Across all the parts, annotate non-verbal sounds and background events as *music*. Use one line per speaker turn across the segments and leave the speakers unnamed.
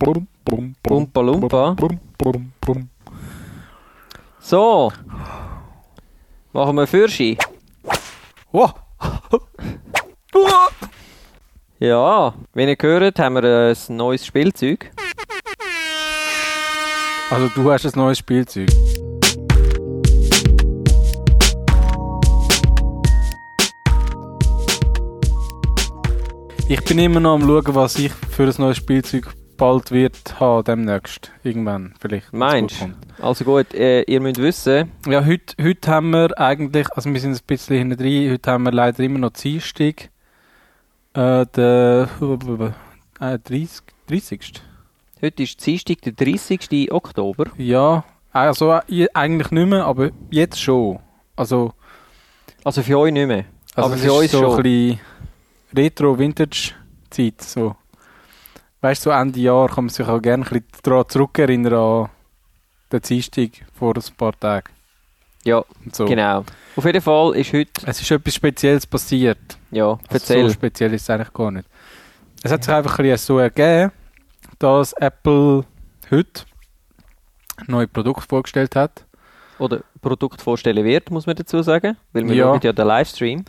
Bumpa Lumpa.
So. Machen wir Fürschi.
Wow.
Ja, wie ihr gehört, haben wir ein neues Spielzeug.
Also du hast ein neues Spielzeug. Ich bin immer noch am schauen, was ich für ein neues Spielzeug bald wird haben, demnächst. Irgendwann, vielleicht. wenn's
Meinst
gut kommt.
Also gut, äh, ihr müsst wissen,
Ja, heute, heute haben wir eigentlich, also wir sind ein bisschen hinten drin, heute haben wir leider immer noch Dienstag. Äh, der äh, 30. 30.
heute ist Dienstag, der 30. Oktober.
Ja, also äh, eigentlich nicht mehr, aber jetzt schon. Also,
Also für euch nicht mehr.
also
aber
es
für
ist
uns
so
schon.
ein bisschen Retro-Vintage-Zeit. So. Weißt du, so Ende Jahr kann man sich auch gerne ein bisschen daran zurückerinnern an den Dienstag vor ein paar Tagen.
Ja,
Und so.
genau. Auf jeden Fall ist heute,
Es ist etwas Spezielles passiert.
ja,
Also
erzähl.
So speziell ist es eigentlich gar nicht. Es hat sich einfach ein bisschen so ergeben, dass Apple heute neue Produkte vorgestellt hat.
Oder Produkt vorstellen wird, muss man dazu sagen. Weil wir
Ja.
schauen ja den Livestream.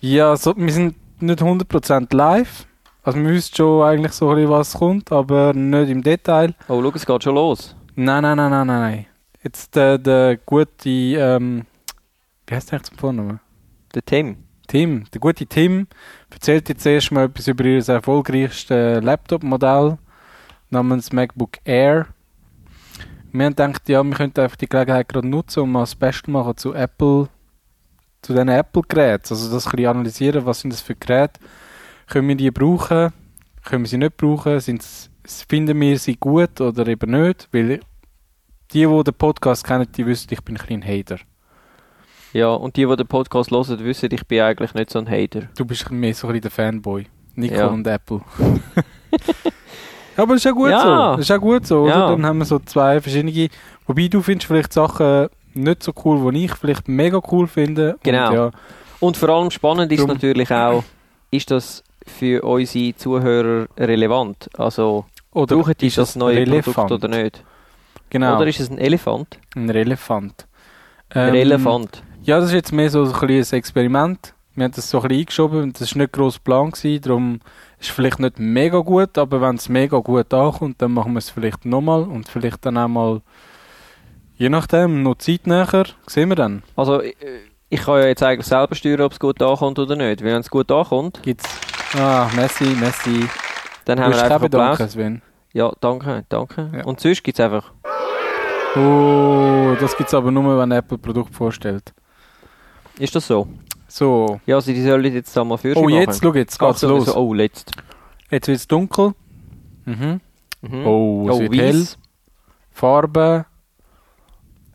Ja, so, wir sind nicht 100% live. Also wir wissen schon eigentlich so ein bisschen, was kommt, aber nicht im Detail.
Oh, schau, es geht schon los.
Nein, nein, nein, nein, nein. nein. Jetzt der, der gute, ähm, wie heißt der eigentlich zum Vornamen?
Der Tim.
Tim, der gute Tim, erzählt jetzt erstmal etwas über ihr erfolgreichstes Laptop-Modell namens MacBook Air. Wir haben gedacht, ja, wir könnten einfach die Gelegenheit gerade nutzen, um mal das Beste zu machen zu Apple, zu diesen Apple-Geräten. Also das ein bisschen analysieren, was sind das für Geräte, können wir die brauchen, können wir sie nicht brauchen, Sind's, finden wir sie gut oder eben nicht, weil die, die den Podcast kennen, die wissen, ich bin ein bisschen ein Hater.
Ja, und die, die den Podcast hören, wissen, ich bin eigentlich nicht so ein Hater.
Du bist mehr so ein bisschen der Fanboy. Nicole
Ja. *laughs*
und Apple. Aber ist ja gut
Ja.
so. Ist ja gut so,
Ja.
oder? Dann haben wir so zwei verschiedene. Wobei du findest vielleicht Sachen nicht so cool, die ich vielleicht mega cool finde.
Genau.
Und ja,
Und vor allem spannend ist
Drum-
natürlich auch, ist das für unsere Zuhörer relevant? Also,
oder
brauchen die
ist
das
es
neue
relevant?
Produkt oder nicht?
Genau.
Oder ist es ein Elefant?
ein Relevant.
Ein
Ähm,
Elefant.
Ja, das ist jetzt mehr so ein kleines Experiment. Wir haben das so ein bisschen eingeschoben und das war nicht gross Plan. Gewesen, darum ist es vielleicht nicht mega gut, aber wenn es mega gut ankommt, dann machen wir es vielleicht nochmal und vielleicht dann auch mal, je nachdem, noch Zeit nachher, sehen wir dann.
Also, äh, ich kann ja jetzt eigentlich selber steuern, ob es gut ankommt oder nicht. Wenn es gut ankommt,
Gibt's. Ah, Messi, Messi.
dann
Du
haben wir
hast keinen
einfach Applaus.
Bedanken, Sven.
Ja, danke, danke.
Ja.
Und sonst gibt es einfach...
Oh, das gibt es aber nur, wenn Apple Produkt vorstellt.
Ist das so?
So.
Ja, also die sollen jetzt da mal für
Oh, jetzt, schau, jetzt geht's los.
So, oh, letzt.
Jetzt wird's dunkel. Mhm.
Mhm.
Oh, es wird hell.
weiss.
Farbe,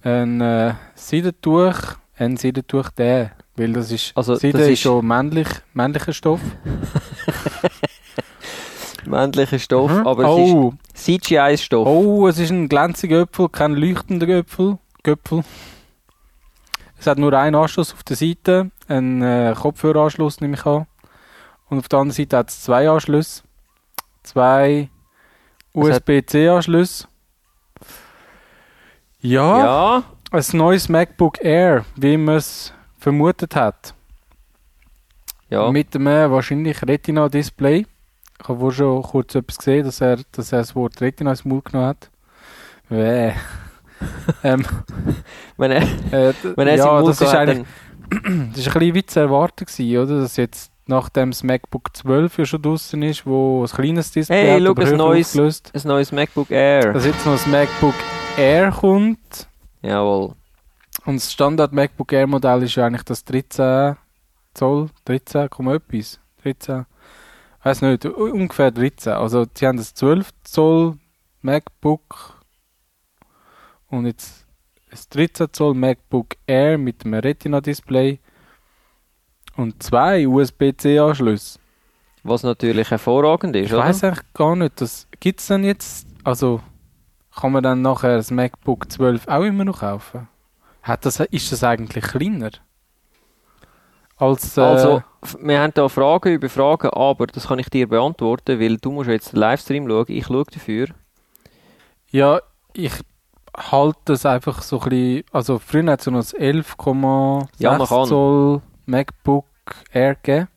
ein äh, Seidentuch, ein Seidentuch der, weil das ist,
Also,
Seide
das
ist
ist-
schon männlich, männlicher Stoff.
Männlicher Stoff,
Mhm.
aber
oh,
es ist CGI-Stoff.
oh, es ist ein glänziger Öpfel, kein leuchtender Öpfel. Göpfel. Es hat nur einen Anschluss auf der Seite, einen äh, Kopfhöreranschluss nehme ich an. Und auf der anderen Seite hat es zwei Anschlüsse, zwei
Es hat-
USB-C-Anschlüsse. Ja.
Ja,
ein neues MacBook Air, wie man es vermutet hat.
ja.
Mit einem äh, wahrscheinlich Retina-Display. Ich habe wohl schon kurz etwas gesehen, dass er, dass er das Wort Retina ins Mund genommen hat. Äh.
*laughs*
Wäh. ähm,
Wenn er,
äh,
wenn er
ja,
seinen Mund
das ist
hat,
eigentlich das ist ein bisschen wie zu erwarten gewesen, oder? Dass jetzt nachdem das MacBook 12 ja schon draußen ist, wo ein kleines Display
Hey,
hat,
schau,
aber
ein
höher
neues.
aufgelöst,
dann ein neues nou MacBook Air.
dass jetzt noch das MacBook Air kommt.
Jawohl.
Und das Standard MacBook Air Modell ist ja eigentlich das 13 Zoll, 13, Komma etwas, 13, weiß nicht, u- ungefähr 13. Also sie haben das 12 Zoll MacBook und jetzt das 13 Zoll MacBook Air mit einem Retina Display und zwei USB-C Anschlüsse.
Was natürlich hervorragend ist,
Ich
oder?
weiß eigentlich gar nicht, das gibt's denn jetzt, also kann man dann nachher das MacBook 12 auch immer noch kaufen? Hat das, ist das eigentlich kleiner? Als, äh,
Also, f- wir haben hier Fragen über Fragen, aber das kann ich dir beantworten, weil du musst jetzt den Livestream schauen. Ich schaue dafür.
ja, ich halte das einfach so ein bisschen. Also, früher hat es ja noch das 11,6
Ja, man kann.
Zoll MacBook Air gegeben.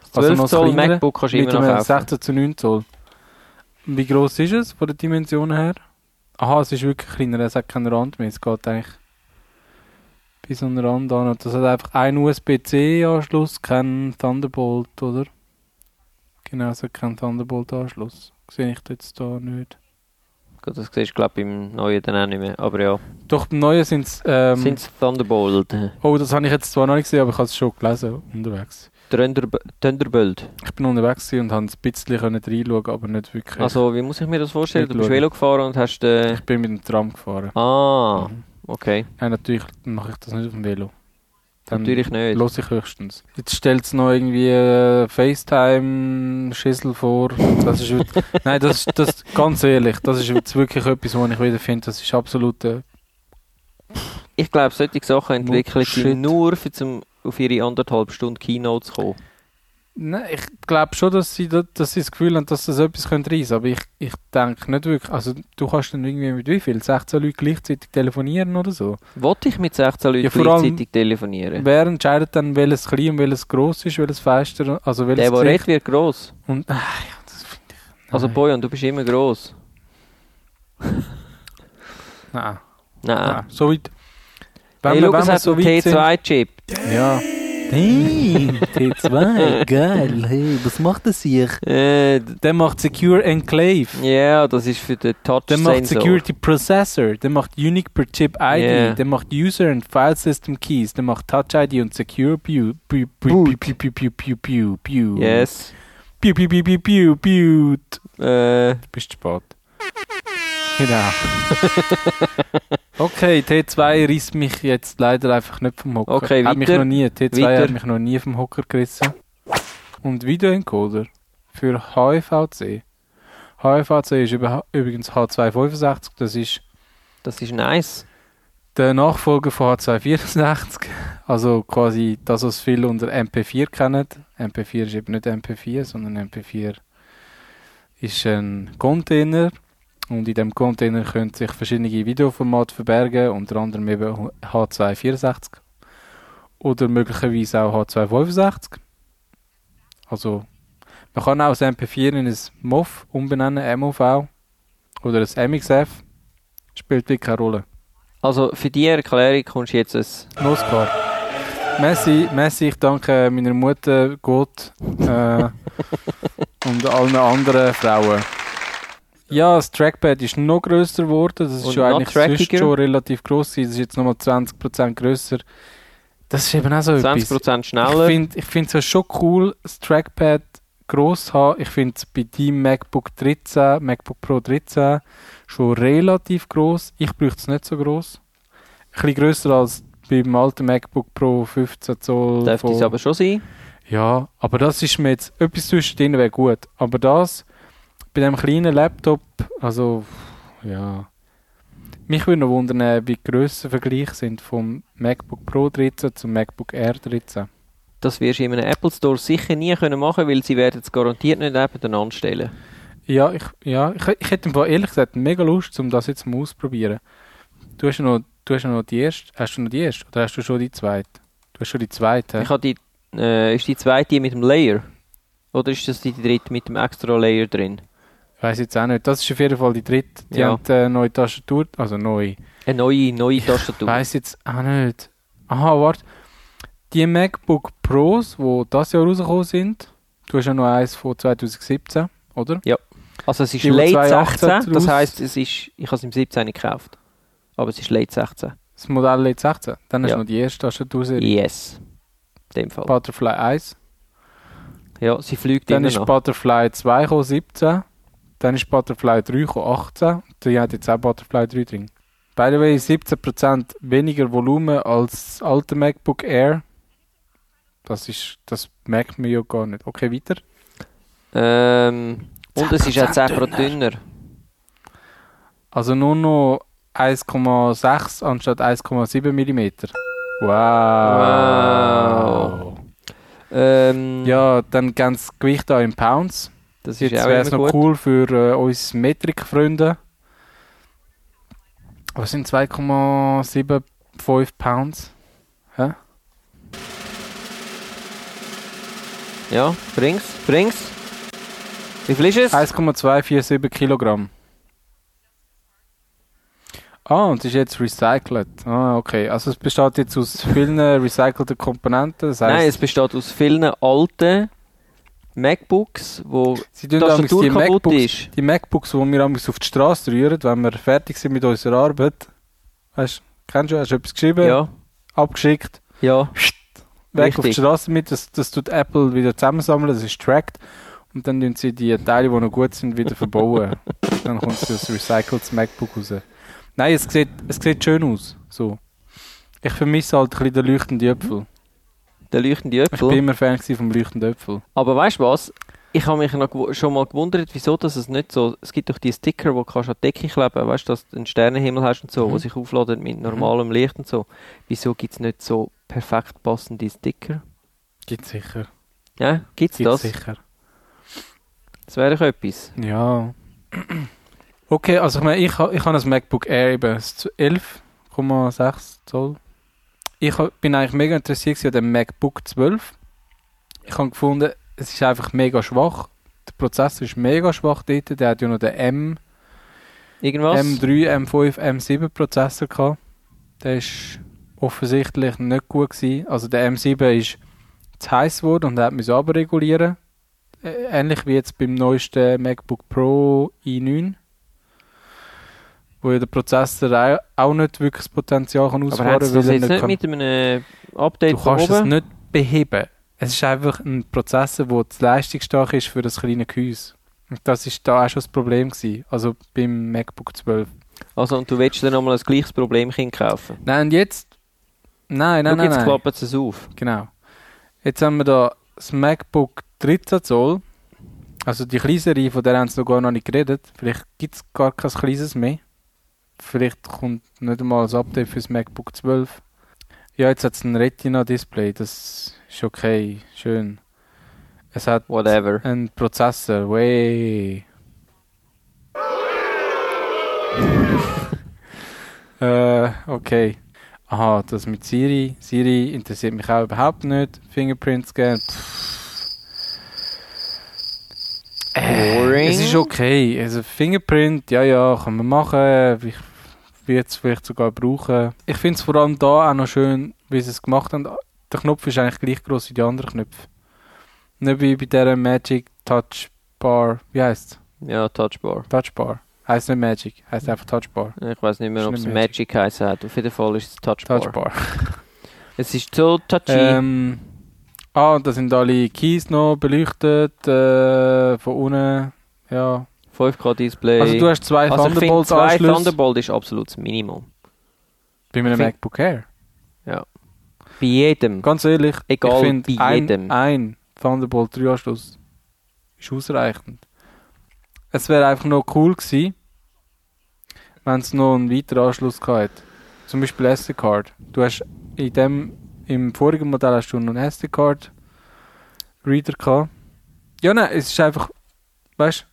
Das
Also
12
noch das
Zoll
kleinere
MacBook kannst du
Mit
immer noch
einem
kaufen.
16 zu 9 Zoll. Wie groß ist es von der Dimension her? Aha, es ist wirklich kleiner, es hat keinen Rand mehr. Es geht eigentlich bis an den Rand an. Und das hat einfach einen USB-C-Anschluss, keinen Thunderbolt, oder? Genau, es hat keinen Thunderbolt-Anschluss. Sehe ich jetzt da nicht.
Gut, Das siehst du, glaube ich, beim neuen dann auch nicht mehr. Aber ja,
Doch, beim Neuen sind es... Ähm,
sind es Thunderbolt? eh,
oh, das habe ich jetzt zwar noch nicht gesehen, aber ich habe es schon gelesen unterwegs.
Thunderb Thunderbolt.
Ich bin unterwegs gewesen und habe ein bisschen können reinschauen aber nicht wirklich.
Also, wie muss ich mir das vorstellen?
Nicht
Du bist
schauen.
Velo gefahren und hast den...
ich bin mit dem Tram gefahren.
Ah,
Mhm.
okay.
Nein, natürlich mache ich das nicht auf dem Velo. Dann
Natürlich nicht.
los ich höchstens. Jetzt stellt es noch irgendwie äh, FaceTime-Schüssel vor. Das ist
*laughs*
wieder, nein, das, das ganz ehrlich, das ist jetzt wirklich etwas, wo ich wieder finde, das ist absolut. Äh,
Ich glaube, solche Sachen entwickeln sie
Shit.
nur, für zum, auf ihre anderthalb Stunden Keynote zu kommen.
nein, ich glaube schon, dass sie, da- dass sie das Gefühl haben, dass das etwas könnte reisen aber ich, ich denke nicht wirklich. Also, du kannst dann irgendwie mit wie viel? 16 Leute gleichzeitig telefonieren oder so?
Wollte ich mit 16 Leuten
Ja, vor allem-
gleichzeitig telefonieren?
Wer entscheidet dann, welches klein und welches gross ist, welches fester, also
Der,
welches
der
Gesicht-
recht wird, gross.
Und, ach, ja, das finde ich.
Also,
nein.
Bojan, du bist immer gross.
Nein.
Nein.
Nein, so weit.
Ah. Hey,
wir-
schau, es
wir
hat
so
einen
weit sind-
T2-Chip.
Ja. Hey, T2, geil. Hey, was macht das hier?
Äh, d-
Der macht Secure Enclave.
ja, das ist für den
Der macht
Touch-Sensor.
Security Processor. Der macht Unique per Chip ID.
Yeah.
Der macht User and File System Keys. Der macht Touch ID und Secure Pew. Pew, pew,
Boot.
pew, pew, pew, pew, pew, pew.
Yes.
Pew, pew, pew, pew, pew, pew.
Äh,
Bist spät. Genau. *laughs* okay, T2 riss mich jetzt leider einfach nicht vom Hocker.
Okay,
hat mich
weiter.
noch nie, T2 hat
Weiter.
mich noch nie vom Hocker gerissen. Und Videoencoder für HVC. HVC ist über, übrigens H265, das ist
das ist nice.
der Nachfolger von H264. Also quasi das, was viele unter MP4 kennen. MP4 ist eben nicht MP4, sondern MP4 ist ein Container. Und in dem Container können sich verschiedene Videoformate verbergen, unter anderem eben H264 oder möglicherweise auch H265. Also man kann auch das MP4 in ein MOV umbenennen, MOV oder ein MXF. Spielt wirklich keine Rolle.
Also, für die Erklärung kommst du jetzt ein...
Nussbar. Messi, Messi, ich danke äh, meiner Mutter, Gott
*laughs*
äh, und allen anderen Frauen. Ja, das Trackpad ist noch grösser geworden. Das ist
Und
schon
noch
eigentlich sonst
trackiger.
schon relativ gross. gewesen. Das ist jetzt nochmal 20% grösser. Das ist eben auch so etwas.
20%
Ich
schneller.
finde es ja schon cool, das Trackpad gross zu haben. Ich finde es bei deinem MacBook 13, MacBook Pro 13 schon relativ gross. Ich bräuchte es nicht so gross. Ein bisschen grösser als beim alten MacBook Pro 15 Zoll.
Dürfte
von-
es aber schon sein.
ja, aber das ist mir jetzt etwas zwischendrin wäre gut. Aber das bei dem kleinen Laptop, also ja. Mich würde noch wundern, wie die Grössenvergleiche sind vom MacBook Pro 13 zum MacBook Air 13.
Das wirst du in einem Apple Store sicher nie können machen, weil sie werden es garantiert nicht nebeneinander stellen.
Ja, ich, ja, ich, ich hätte im Fall ehrlich gesagt mega Lust, um das jetzt mal auszuprobieren. Du hast ja noch, du hast ja noch die erste, hast du noch die erste oder hast du schon die zweite? Du hast schon die zweite.
Ich habe die, äh, ist die zweite mit dem Layer? Oder ist das die dritte mit dem extra Layer drin?
Ich weiß jetzt auch nicht. Das ist auf jeden Fall die dritte. Die
Ja.
haben äh, neue Tastatur, also neu.
Eine neue, neue Tastatur.
Ich weiß jetzt auch nicht. Aha, warte. Die MacBook Pros, die das Jahr rausgekommen sind, du hast ja noch eins von 2017, oder?
Also es ist
Die, die
Late
2018
16, das
raus-
heisst, es ist, ich habe es im 17 gekauft. Aber es ist Late 16.
Das Modell jetzt 16. Dann hast
Ja.
du noch die erste Tastaturserie.
Yes. In dem Fall.
Butterfly 1.
Ja, sie fliegt
Dann
immer
ist
noch.
Butterfly 2 gekommen, 17. Dann ist Butterfly 3 gekommen, 18. Die hat jetzt auch Butterfly 3 drin. By the way, 17% weniger Volumen als das alte MacBook Air. Das ist, das merkt man ja gar nicht. Okay, weiter.
Ähm, und es ist auch
10%
10% dünner.
Also nur noch 1,6 anstatt 1,7 mm. Wow.
Wow. Ähm,
Ja, dann geben sie das Gewicht an in Pounds.
das ist
Jetzt
ja auch
wäre es
immer
noch
gut.
cool für äh, uns Metrikfreunde. Was sind 2,75 Pounds?
Ja, bring's, bring's. Wie viel ist es?
1,247 Kilogramm. Ah, und es ist jetzt recycelt. Ah, okay. Also es besteht jetzt aus
*laughs*
vielen recycelten Komponenten. Das
Nein,
heißt,
es besteht aus vielen alten MacBooks, wo
sie
die
tun damals
Tastatur
die
kaputt
MacBooks,
ist.
die MacBooks, die wir damals auf die Straße rühren, wenn wir fertig sind mit unserer Arbeit. Weißt du, kennst du, hast du etwas geschrieben,
Ja,
abgeschickt,
ja.
weg auf die
Richtig.
Straße mit, das, das tut Apple wieder zusammensammeln, das ist tracked. Und dann tun sie die Teile, die noch gut sind, wieder
*laughs*
verbauen. dann kommt so ein recyceltes MacBook raus. Nein, es sieht, es sieht schön aus. So. Ich vermisse halt ein bisschen den leuchtenden Äpfel.
Der leuchtende
Ich bin
Äpfel.
immer Fan gewesen vom leuchtenden Äpfel.
Aber weißt du was? Ich habe mich noch gew- schon mal gewundert, wieso dass es nicht so. Es gibt doch die Sticker, wo kannst du an die Decke kleben, weißt du, dass du einen Sternenhimmel hast und so,
Mhm.
wo sich aufladen mit normalem Licht und so. Wieso gibt es nicht so perfekt passende Sticker?
Gibt sicher.
Ja, gibt's
Gibt
das?
sicher.
Das wäre doch etwas.
Ja. Okay, also ich meine, ich, ha- ich habe ein MacBook Air eben, das zu 11,6 Zoll. Ich ha- bin eigentlich mega interessiert gewesen an dem MacBook 12. Ich habe gefunden, es ist einfach mega schwach. Der Prozessor ist mega schwach dort. Der hat ja noch den M,
Irgendwas?
Ähm, M3, M5, M7 Prozessor gehabt. Der ist offensichtlich nicht gut gewesen. Also der M7 ist zu heiß geworden und er hat mich abregulieren. Äh, Ähnlich wie jetzt beim neuesten MacBook Pro i9, wo ja der Prozessor au- auch nicht wirklich das Potenzial kann
Aber
ausfahren
hat das
er
jetzt nicht
kann-
mit einem Update
Du kannst
von
es
oben?
nicht beheben. Es ist einfach ein Prozessor, der zu leistungsstark ist für das kleine Gehäuse. Und das ist da auch schon das Problem gewesen. Also beim MacBook 12.
Also, und du willst dann nochmal ein gleiches Problemkind kaufen?
Nein, und jetzt. Nein, nein,
Schau,
nein.
jetzt
nein.
klappt es auf.
Genau. Jetzt haben wir da das MacBook 13 Zoll. Also die kleine Serie, von der haben sie noch gar noch nicht geredet. Vielleicht gibt es gar kein kleines mehr. Vielleicht kommt nicht einmal ein Update fürs MacBook 12. Ja, jetzt hat es ein Retina-Display. Das ist okay. Schön. Es hat
Whatever.
einen Prozessor. Way. *laughs* äh, okay. Aha, das mit Siri. Siri interessiert mich auch überhaupt nicht. Fingerprints gern.
Boring.
Äh, Es ist okay. Also Fingerprint, ja, ja, kann man machen. Ich würde es vielleicht sogar brauchen. Ich finde es vor allem da auch noch schön, wie sie es gemacht haben. Der Knopf ist eigentlich gleich groß wie die anderen Knöpfe. Nicht wie bei dieser Magic Touch Bar. Wie heißt
Ja, Touchbar.
es? Touch Bar. Heißt nicht Magic, heißt einfach Touch Bar.
Ich weiß nicht mehr,
Ist
ob es
nicht
Magic heißen hat. Auf jeden Fall ist es Touchbar.
Touch Bar.
Es ist so touchy.
Ähm, ah, und da sind alle Keys noch beleuchtet. Äh, von unten. Ja.
5K Display.
Also du hast zwei
Also ich finde, zwei
Thunderbolt-Anschlüsse.
Thunderbolt ist absolut das Minimum.
Bei einem
Find-
MacBook Air.
Bei jedem.
Ganz ehrlich,
Egal,
ich finde
bei jedem.
ein, ein Thunderbolt 3 Anschluss ist ausreichend. Es wäre einfach noch cool gewesen, wenn es noch einen weiteren Anschluss gehabt hätte. Zum Beispiel SD-Card. Du hast in dem, im vorigen Modell hast du noch einen SD-Card-Reader gehabt. Ja, nein, es ist einfach, weißt du,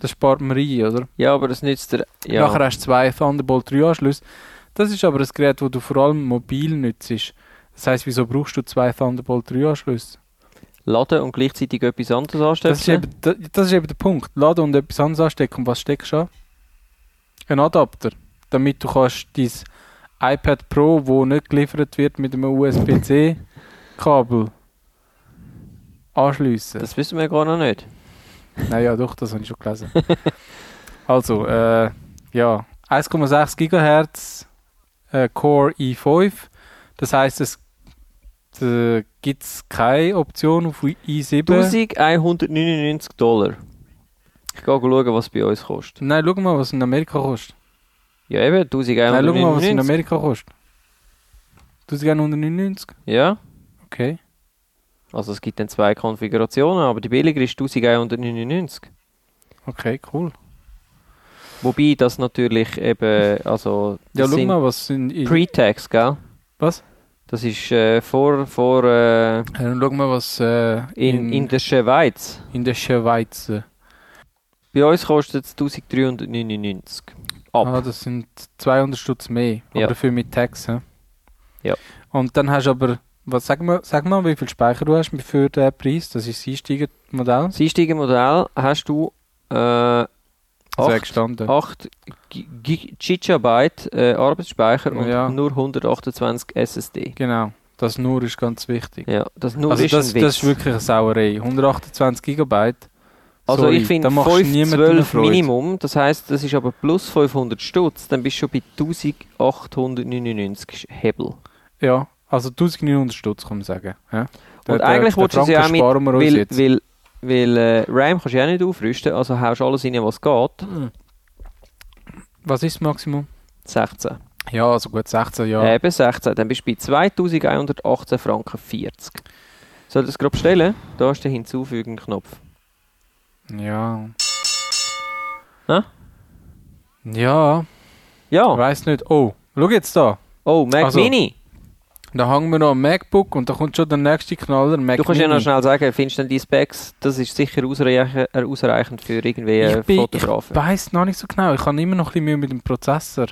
das spart man ein, oder?
Ja, aber das nützt dir. Ja.
Nachher hast du zwei Thunderbolt 3 Anschlüsse. Das ist aber ein Gerät, das du vor allem mobil nützt. Das heisst, wieso brauchst du zwei Thunderbolt 3 Anschlüsse?
Laden und gleichzeitig etwas anderes
Das ist,
anstecken.
eben, da- das ist eben der Punkt. Laden und etwas anderes anstecken. Und was steckst du an? Ein Adapter. Damit du kannst dein iPad Pro, wo nicht geliefert wird, mit einem USB-C-Kabel anschliessen.
Das wissen wir gar noch nicht.
Naja, doch, das habe ich schon gelesen. *laughs* also, äh, ja, 1,6 GHz äh, Core i5. Das heißt, es äh, gibt keine Option auf i7.
1199 Dollar. Ich gehe schauen, was bei uns kostet.
Nein, schau mal, was in Amerika kostet.
Ja, eben, 1199.
Nein, schau mal, was in Amerika kostet. 1199?
Ja,
Okay.
also es gibt dann zwei Konfigurationen, aber die billigere ist 1199.
Okay, cool.
Wobei das natürlich eben, also,
Ja,
das
schau
sind
mal, was in. in
Pre-Tax, gell?
was?
Das ist äh, vor, vor äh,
Ja, dann schauen wir, was äh,
in, in der Schweiz.
in der Schweiz. äh,
Bei uns kostet es 1399. Ab.
Ah, das sind 200 Stutz mehr,
Ja.
aber dafür mit Tax. hä?
Ja.
Und dann hast du aber, was, sag, mal, sag mal, wie viel Speicher du hast für den Preis? Das ist das Einsteigermodell.
Das Einsteigermodell hast du
Also
äh,
Sehr
8,
gestanden.
8 Gigabyte äh, Arbeitsspeicher und
Ja.
nur 128 SSD.
Genau. Das nur ist ganz wichtig.
Ja, das nur
also
ist
das,
ein
das
Witz.
ist wirklich eine Sauerei. 128 Gigabyte.
also
Sorry,
ich finde
da machst du
5,
niemandem eine
12
Freude.
Minimum, das heißt, das ist aber plus 500 Stutz, dann bist du schon bei 1899 Hebel.
Ja, also 1900 Stutz kann man sagen. Ja.
Und eigentlich willst du es ja
Franken
auch
sparen wir uns
Weil,
jetzt.
weil, weil äh, RAM kannst du ja auch nicht aufrüsten, also haust alles rein, was geht.
was ist das Maximum?
16.
Ja, also gut 16 Jahre.
Eben 16. Dann bist du bei 2118 Franken 40. Soll ich das gerade bestellen? Da ist der Hinzufügen-Knopf.
Ja.
Na?
Ja, ich
Ja.
weiss nicht. Oh, schau jetzt da.
Oh, Mac
Also,
Mini.
Da hängen wir noch am MacBook und da kommt schon der nächste Knaller, Mac
Du kannst ja
Mini.
noch schnell sagen, findest du denn die Specs? Das ist sicher ausreichend, äh, ausreichend für irgendwie äh,
ich bin, Ich
Fotografen.
weiss noch nicht so genau. Ich habe immer noch ein bisschen Mühe mit dem Prozessor.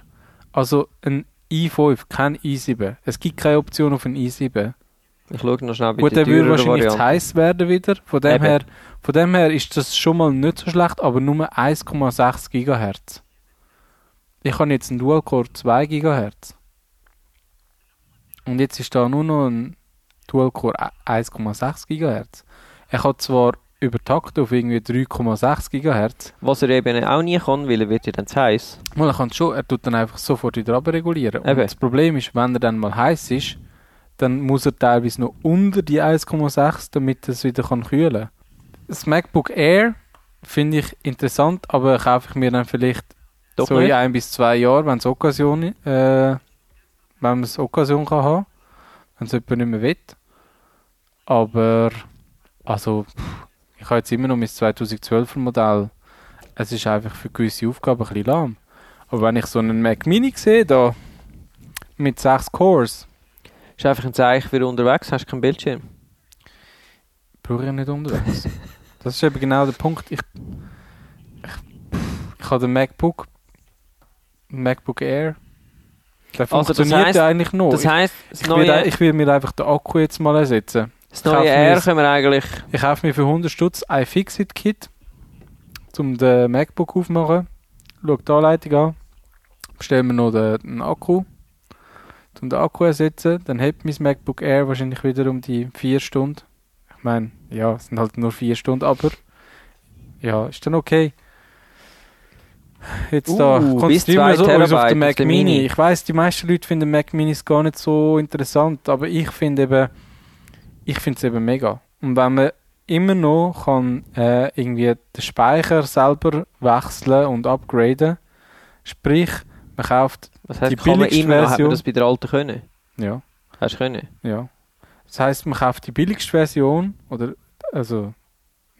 Also ein i5, kein i7. Es gibt keine Option auf ein i7.
Ich, schaue noch schnell bei
Gut,
der
der würde
teureren
wahrscheinlich zu
Variante.
heiß werden wieder. Von dem,
Eben.
her, von dem her ist das schon mal nicht so schlecht, aber nur 1,6 GHz. Ich habe jetzt einen Dual-Core 2 GHz. Und jetzt ist da nur noch ein Dual-Core 1,6 GHz. Ich habe zwar übertakt auf irgendwie 3,6 GHz,
Was er eben auch nie kann, weil er wird ja dann zu heiß.
Mal, er kann schon, er tut dann einfach sofort wieder regulieren. Und
Eben.
das Problem ist, wenn er dann mal heiß ist, dann muss er teilweise noch unter die 1,6, damit er es wieder kann kühlen kann. Das MacBook Air finde ich interessant, aber kaufe ich mir dann vielleicht
Doch
so in
nicht?
ein bis zwei Jahren, wenn es Okkasion, äh, wenn man es Okkasion kann haben, wenn es jemand nicht mehr will. Aber, also, pff, ich habe jetzt immer noch mein 2012er Modell. Es ist einfach für gewisse Aufgaben ein bisschen lahm. Aber wenn ich so einen Mac Mini sehe, da, mit sechs Cores,
Ist einfach ein Zeichen für unterwegs, hast keinen Bildschirm.
brauche ich nicht unterwegs. das ist eben genau der Punkt. Ich, ich, ich habe den MacBook, MacBook Air. Der
das
funktioniert
heisst-
ja eigentlich noch.
Das
Oh, Ich-
heisst, das
ich, will, ei-
neue,
ich will mir einfach den Akku jetzt mal ersetzen.
das neue
kaufe mir
R
ein-
können wir eigentlich
Ich kaufe mir für 100 Stutz ein Fixit-Kit, um den MacBook aufmachen. Schau die Anleitung an. Bestell mir noch den, den Akku. Um den Akku ersetzen. Dann hält mein MacBook Air wahrscheinlich wieder um die 4 Stunden. Ich meine, ja, es sind halt nur 4 Stunden, aber ja, ist dann okay. Jetzt da
Uh, bis
konzentrieren
zwei
wir so uns auf
Terabyte
den Mac
auf den
Mini.
Mini.
Ich weiß, die meisten Leute finden Mac Minis gar nicht so interessant, aber ich finde eben, ich finde es eben mega. Und wenn man immer noch kann, äh, irgendwie den Speicher selber wechseln und upgraden, sprich, man kauft,
Was
Die
heißt, kann man
billigste
immer noch, hat man
Version.
das bei der alten können?
ja,
Hast du können?
Ja. Das heißt, man kauft die billigste Version oder also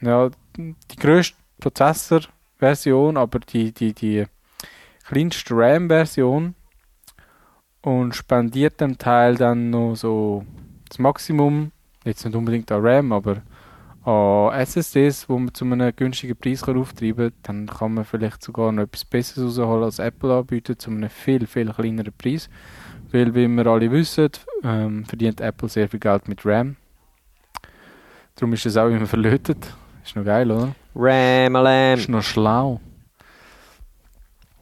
ja, die größte Prozessor-Version, aber die, die, die kleinste RAM-Version und spendiert dem Teil dann noch so das Maximum, jetzt nicht unbedingt an RAM, aber an SSDs, wo man zu einem günstigen Preis kann auftreiben kann, dann kann man vielleicht sogar noch etwas Besseres rausholen als Apple anbietet, zu einem viel, viel kleineren Preis. Weil, wie wir alle wissen, ähm, verdient Apple sehr viel Geld mit RAM. Darum ist es auch immer verlötet. Ist noch geil, oder?
Ramalam.
Ist noch schlau.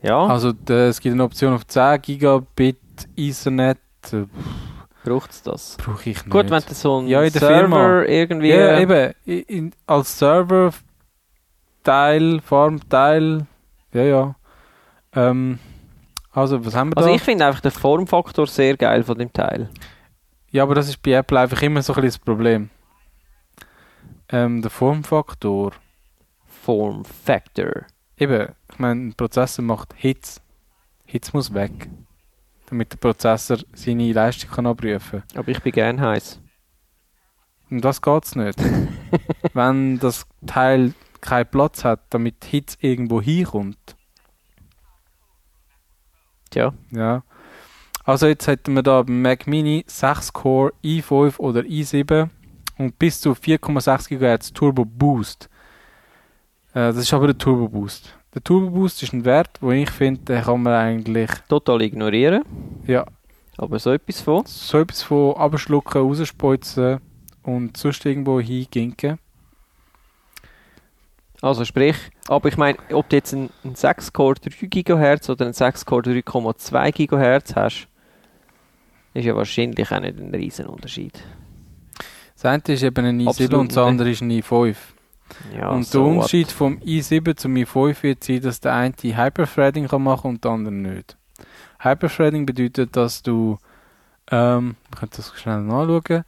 Ja,
Also d- es gibt eine Option auf 10 Gigabit Ethernet. Äh,
braucht es das.
Brauche ich nicht.
Gut, wenn du äh, so einen
Ja, in der
Server
Firma.
irgendwie...
ja, eben. i- In, als Server Teil, Form, Teil. Ja, ja. Ähm, also, was haben wir
Also
da?
ich finde einfach den Formfaktor sehr geil von dem Teil.
Ja, aber das ist bei Apple einfach immer so ein bisschen das Problem. Ähm, der Formfaktor.
Form Factor.
Eben, ich meine, ein Prozessor macht Hits. Hits muss weg. Damit der Prozessor seine Leistung kann abrufen kann.
Aber ich bin gern heiß.
Und das geht's nicht. Wenn das Teil keinen Platz hat, damit Hits irgendwo hinkommt.
Tja,
Ja. Also jetzt hätten wir da beim Mac Mini 6 Core i5 oder i7 und bis zu 4,6 GHz Turbo Boost. Äh, das ist aber der Turbo Boost. Der Turbo Boost ist ein Wert, wo ich finde, den kann man eigentlich
Total ignorieren.
ja,
Aber so etwas von.
so etwas von abschlucken, rausspritzen und sonst irgendwo hinginken.
Also sprich, aber ich meine, ob du jetzt einen, einen 6 Core 3 GHz oder einen 6 Core 3,2 GHz hast, ist ja wahrscheinlich auch nicht ein riesen Unterschied.
Das eine ist eben ein i7
Absolut
und das
nicht.
andere ist ein i5.
Ja,
und
so
der
what.
Unterschied vom i7 zum i5 wird sein, dass der eine Hyperthreading kann machen und der andere nicht. Hyperthreading bedeutet, dass du, ähm, ich könnte das schnell nachschauen,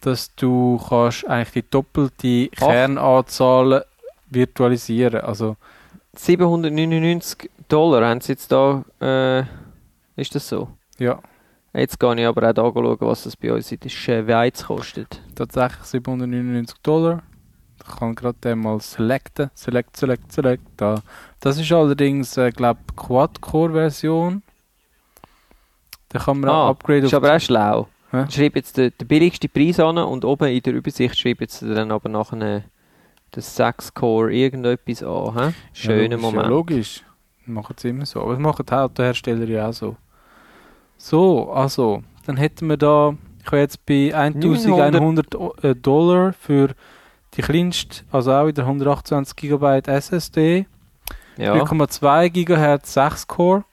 dass du kannst eigentlich die doppelte
Ach.
Kernanzahl virtualisieren. Also
799 Dollar haben sie jetzt da. Äh, ist das so?
ja,
Jetzt gehe ich aber auch da schauen, was das bei uns in der Schweiz kostet.
tatsächlich 799 Dollar. Ich kann gerade den mal selecten. Select, select, select. Da. Das ist allerdings, äh, glaube ich, Quad-Core-Version. Da kann man
Ah,
auch Upgrade
Ist aber auch schlau.
Hä?
Schreib jetzt den, den billigsten Preis an und oben in der Übersicht schreib jetzt dann aber nachher das 6 Core irgendetwas an. Hä? Schöner
logisch, Ja,
Moment.
logisch. Machen sie immer so. Aber das machen die Autohersteller ja auch so. So, also, dann hätten wir da, ich habe jetzt bei 1100 O- äh, Dollar für die kleinste, also auch wieder 128 GB SSD,
Ja.
3,2 GHz 6 Core.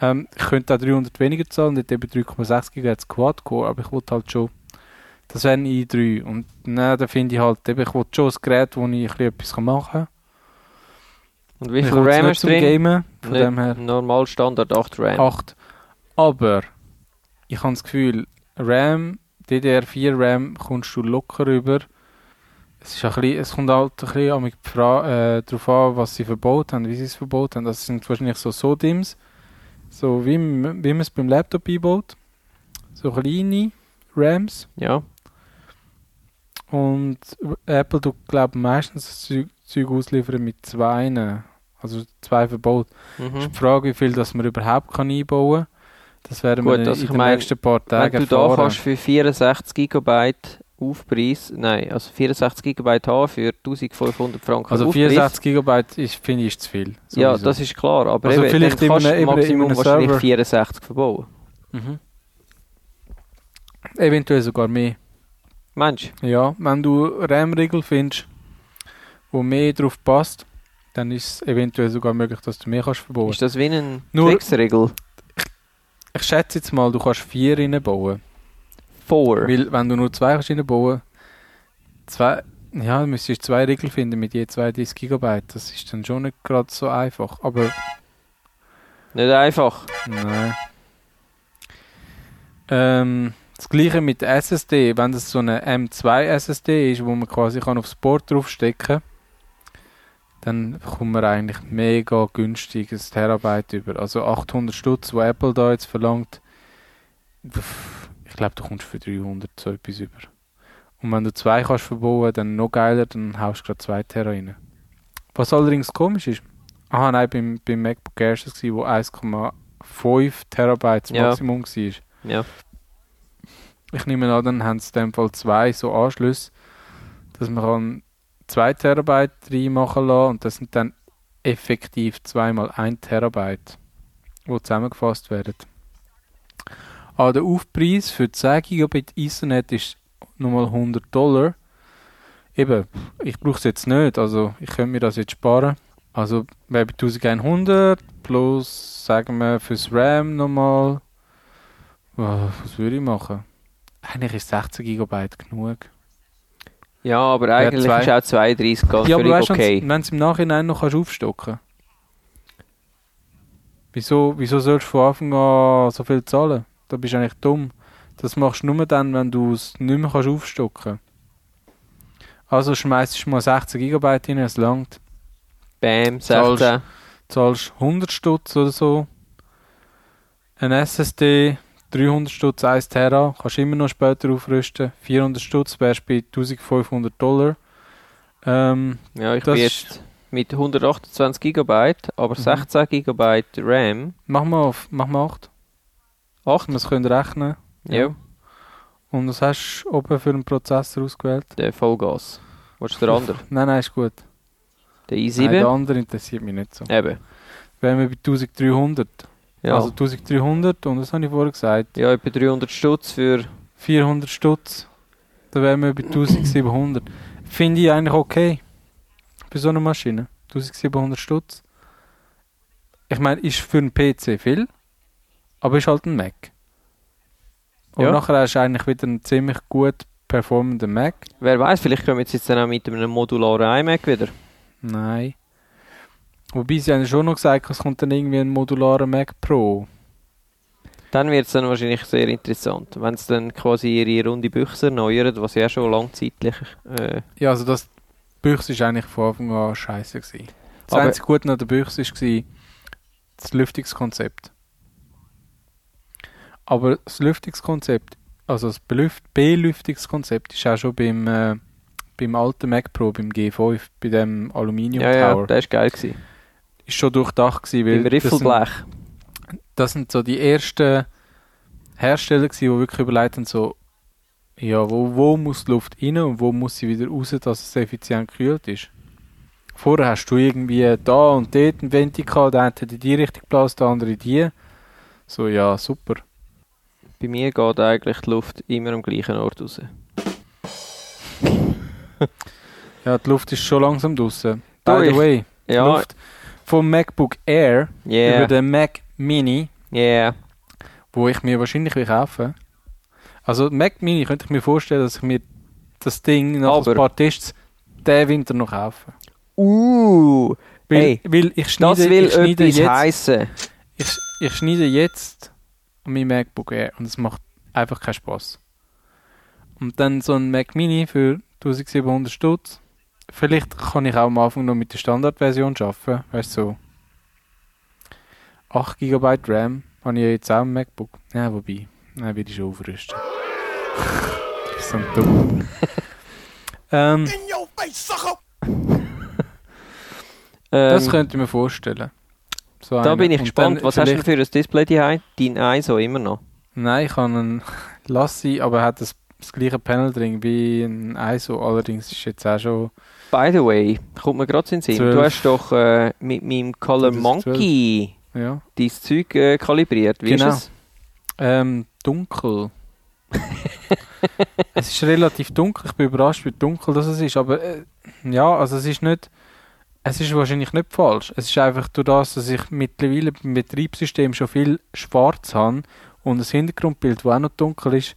Ähm, ich könnte auch 300 weniger zahlen, nicht eben 3,6 GHz Quad Core, aber ich wollte halt schon, das wären i3. Und nein, da finde ich halt, eben, ich wollte schon ein Gerät, wo ich ein bisschen etwas machen kann.
Und wie
Ich
viel
will
RAM
nicht
ist
zum
drin?
Gamen, von
Nicht.
dem her Ah.
Normal Standard 8 RAM.
8. Aber ich habe das Gefühl, RAM, DDR4 RAM kommst du locker rüber. Es, ist ein bisschen, es kommt halt ein bisschen an mich die Fra- äh, darauf an, was sie verbaut haben, wie sie es verbaut haben. Das sind wahrscheinlich so SODIMs, so wie, m- wie man es beim Laptop einbaut. So kleine RAMs.
Ja.
Und Apple tut, glaube ich, meistens das Zeug- Zeug ausliefern mit zwei. Also zwei verbaut.
Mhm.
ist die Frage, wie viel das man überhaupt kann einbauen kann. Das werden
Gut,
wir
also
in
ich
den
meine,
nächsten paar
Wenn
Tagen
du da
erfahren.
kannst für 64 GB Aufpreis, nein, also 64 GB haben für 1500 Franken
also
Aufpreis.
64 GB ist, finde ich ist zu viel.
Ja,
sowieso.
das ist klar, aber
Also
eben,
vielleicht
dann
in
kannst
einem-
du
eben in
Maximum
einem
wahrscheinlich
Server.
64 verbauen.
Mhm. Eventuell sogar mehr.
Mensch,
Ja, wenn du RAM-Riegel findest, wo mehr drauf passt, dann ist es eventuell sogar möglich, dass du mehr kannst verbauen.
ist das wie ein
Nur-
Fixregel?
Ich schätze jetzt mal, du kannst vier reinbauen.
Four.
Weil wenn du nur zwei kannst reinbauen, zwei, ja, dann müsstest du zwei Riegel finden mit je 32 GB. Das ist dann schon nicht gerade so einfach. Aber
Nicht einfach.
Nein. Ähm, das gleiche mit der SSD, wenn das so eine M2 SSD ist, wo man quasi kann aufs Board draufstecken kann, dann kommt man eigentlich mega günstiges Terabyte über. Also 800 Stutz, wo Apple da jetzt verlangt, pff, ich glaube, du kommst für 300 so etwas über. Und wenn du zwei kannst verbauen, dann noch geiler, dann haust du gerade zwei Tera rein. Was allerdings komisch ist, aha, nein, beim, beim MacBook Air war es, gewesen, wo 1,5 Terabyte das
Ja.
Maximum war.
Ja.
Ich nehme an, dann haben sie in dem Fall zwei so Anschlüsse, dass man kann 2 Terabyte reinmachen lassen und das sind dann effektiv zweimal 1 Terabyte, wo zusammengefasst werden. Aber der Aufpreis für 10 Gigabit Ethernet ist nochmal 100 Dollar. Eben, ich brauche es jetzt nicht, also ich könnte mir das jetzt sparen. Also wäre bei 1100 plus, sagen wir, fürs RAM nochmal. Oh, was würde ich machen? Eigentlich ist 16 GB genug.
Ja, aber eigentlich
zwei.
ist auch 32 ganz
ja, aber
völlig
weißt du,
okay.
wenn du es im Nachhinein noch kannst aufstocken Wieso, wieso sollst du von Anfang an so viel zahlen? Da bist du eigentlich dumm. Das machst du nur dann, wenn du es nicht mehr kannst aufstocken Also schmeißt du mal 16 GB rein, es langt.
Bam,
Zahlst-
16.
Zahlst 100 Stutz oder so. Ein SSD, 300 Stutz, 1 Tera, kannst du immer noch später aufrüsten. 400 Stutz wärst bei 1500 Dollar. Ähm,
Ja, ich
Das
bin jetzt mit 128 GB, aber
Mhm.
16 GB RAM.
Mach mal auf, mach mal 8. 8, wir es können rechnen.
Ja.
Und was hast du oben für einen Prozessor ausgewählt?
Der Vollgas. Willst du den anderen?
Nein, nein, ist gut.
Der
Nein, der
i7?
andere interessiert mich nicht so.
Eben.
Wären wir bei 1300.
Ja.
Also 1300 und das habe ich vorher gesagt.
ja, etwa 300 Stutz für...
400 Stutz. Da wären wir bei 1700. Finde ich eigentlich okay. Bei so einer Maschine. 1700 Stutz. Ich meine, ist für einen PC viel, aber ist halt ein Mac. Und
Ja.
nachher hast du eigentlich wieder einen ziemlich gut performenden Mac.
Wer weiß, vielleicht kommen wir jetzt dann auch mit einem modularen iMac wieder.
Nein. Wobei sie haben ja schon noch gesagt, es kommt dann irgendwie ein modularer Mac Pro.
Dann wird es dann wahrscheinlich sehr interessant, wenn sie dann quasi ihre runde Büchse erneuern, was ja schon langzeitlich... Äh,
Ja, also das Büchs ist eigentlich von Anfang an scheiße gewesen. Das
Aber-
einzige Gute an der Büchs war das Lüftungskonzept. Aber das Lüftungskonzept, also das Belüft Belüftungskonzept, ist auch schon beim, äh, beim alten Mac Pro, beim G5, bei dem Aluminium
ja, ja,
Tower,
der ist geil gewesen.
ist schon durchdacht gewesen. Weil
Im
das sind-
Riffelblech.
das sind so die ersten Hersteller, gewesen, die wirklich überlegt haben, so, ja, wo, wo muss die Luft rein und wo muss sie wieder raus, dass es effizient gekühlt ist. Vorher hast du irgendwie da und dort einen Ventil gehabt, der eine hat in die Richtung geblasen, der andere in die. So, ja, super.
Bei mir geht eigentlich die Luft immer am gleichen Ort raus.
Ja, die Luft ist schon langsam draußen.
Du,
By the
ich-
way, die
Ja,
Luft vom MacBook Air über
yeah,
den Mac Mini,
yeah.
wo ich mir wahrscheinlich will kaufen Also Mac Mini könnte ich mir vorstellen, dass ich mir das Ding nach
Aber-
ein paar Tests den Winter noch kaufen.
Uh,
Weil,
Ey,
weil ich schneide,
das will
ich schneide
etwas
jetzt,
heissen.
ich, ich schneide jetzt an mein MacBook Air und es macht einfach keinen Spaß. Und dann so ein Mac Mini für 1700 Stutz. Vielleicht kann ich auch am Anfang noch mit der Standardversion arbeiten, weißt du. So. 8 GB RAM habe ich ja jetzt auch im MacBook. Ja, wobei, dann werde ich schon aufrüsten. *laughs* so ein dumm.
*laughs*
ähm,
Ähm,
das könnte ich mir vorstellen. So
da
einen.
bin ich
Und
gespannt.
dann
Was hast du denn
vielleicht-
für ein Display daheim? Dein ISO immer noch.
Nein, ich habe einen *laughs* Lassi, aber er hat das, das gleiche Panel drin wie ein ISO. Allerdings ist jetzt auch schon.
By the way, kommt mir gerade in den Sinn. Du
Zwölf.
hast doch äh, mit meinem Color
Das ist
Monkey
Ja.
dein Zeug äh, kalibriert. Wie
Genau.
ist es?
Ähm, dunkel. es ist relativ dunkel. Ich bin überrascht, wie dunkel das es ist. Aber äh, ja, also es ist nicht. Es ist wahrscheinlich nicht falsch. Es ist einfach durch das, dass ich mittlerweile beim Betriebssystem schon viel schwarz habe und das Hintergrundbild, das auch noch dunkel ist,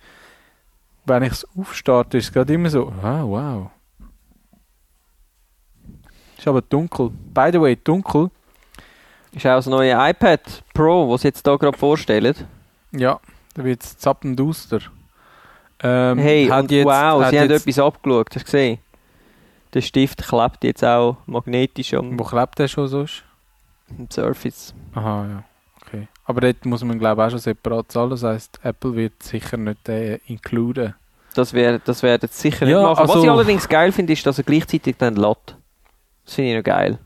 wenn ich es aufstarte, ist es gerade immer so, wow, wow. Ist aber dunkel. By the way, dunkel.
Ist auch das neue iPad Pro, was sie jetzt da gerade vorstellen.
Ja, da wird es zappenduster. Ähm,
hey,
hat
und
jetzt-
wow,
hat
sie haben
jetzt-
etwas abgeschaut. Hast du gesehen? Der Stift klebt jetzt auch magnetisch am
Wo klebt der schon sonst?
am Surface.
Aha, ja. Okay. Aber dort muss man, glaube ich, auch schon separat zahlen. Das heisst, Apple wird sicher nicht den includen.
Das wäre das wär jetzt sicher
Ja,
nicht machen. Was
also-
ich allerdings geil finde, ist, dass er gleichzeitig dann lädt. Das finde ich noch geil.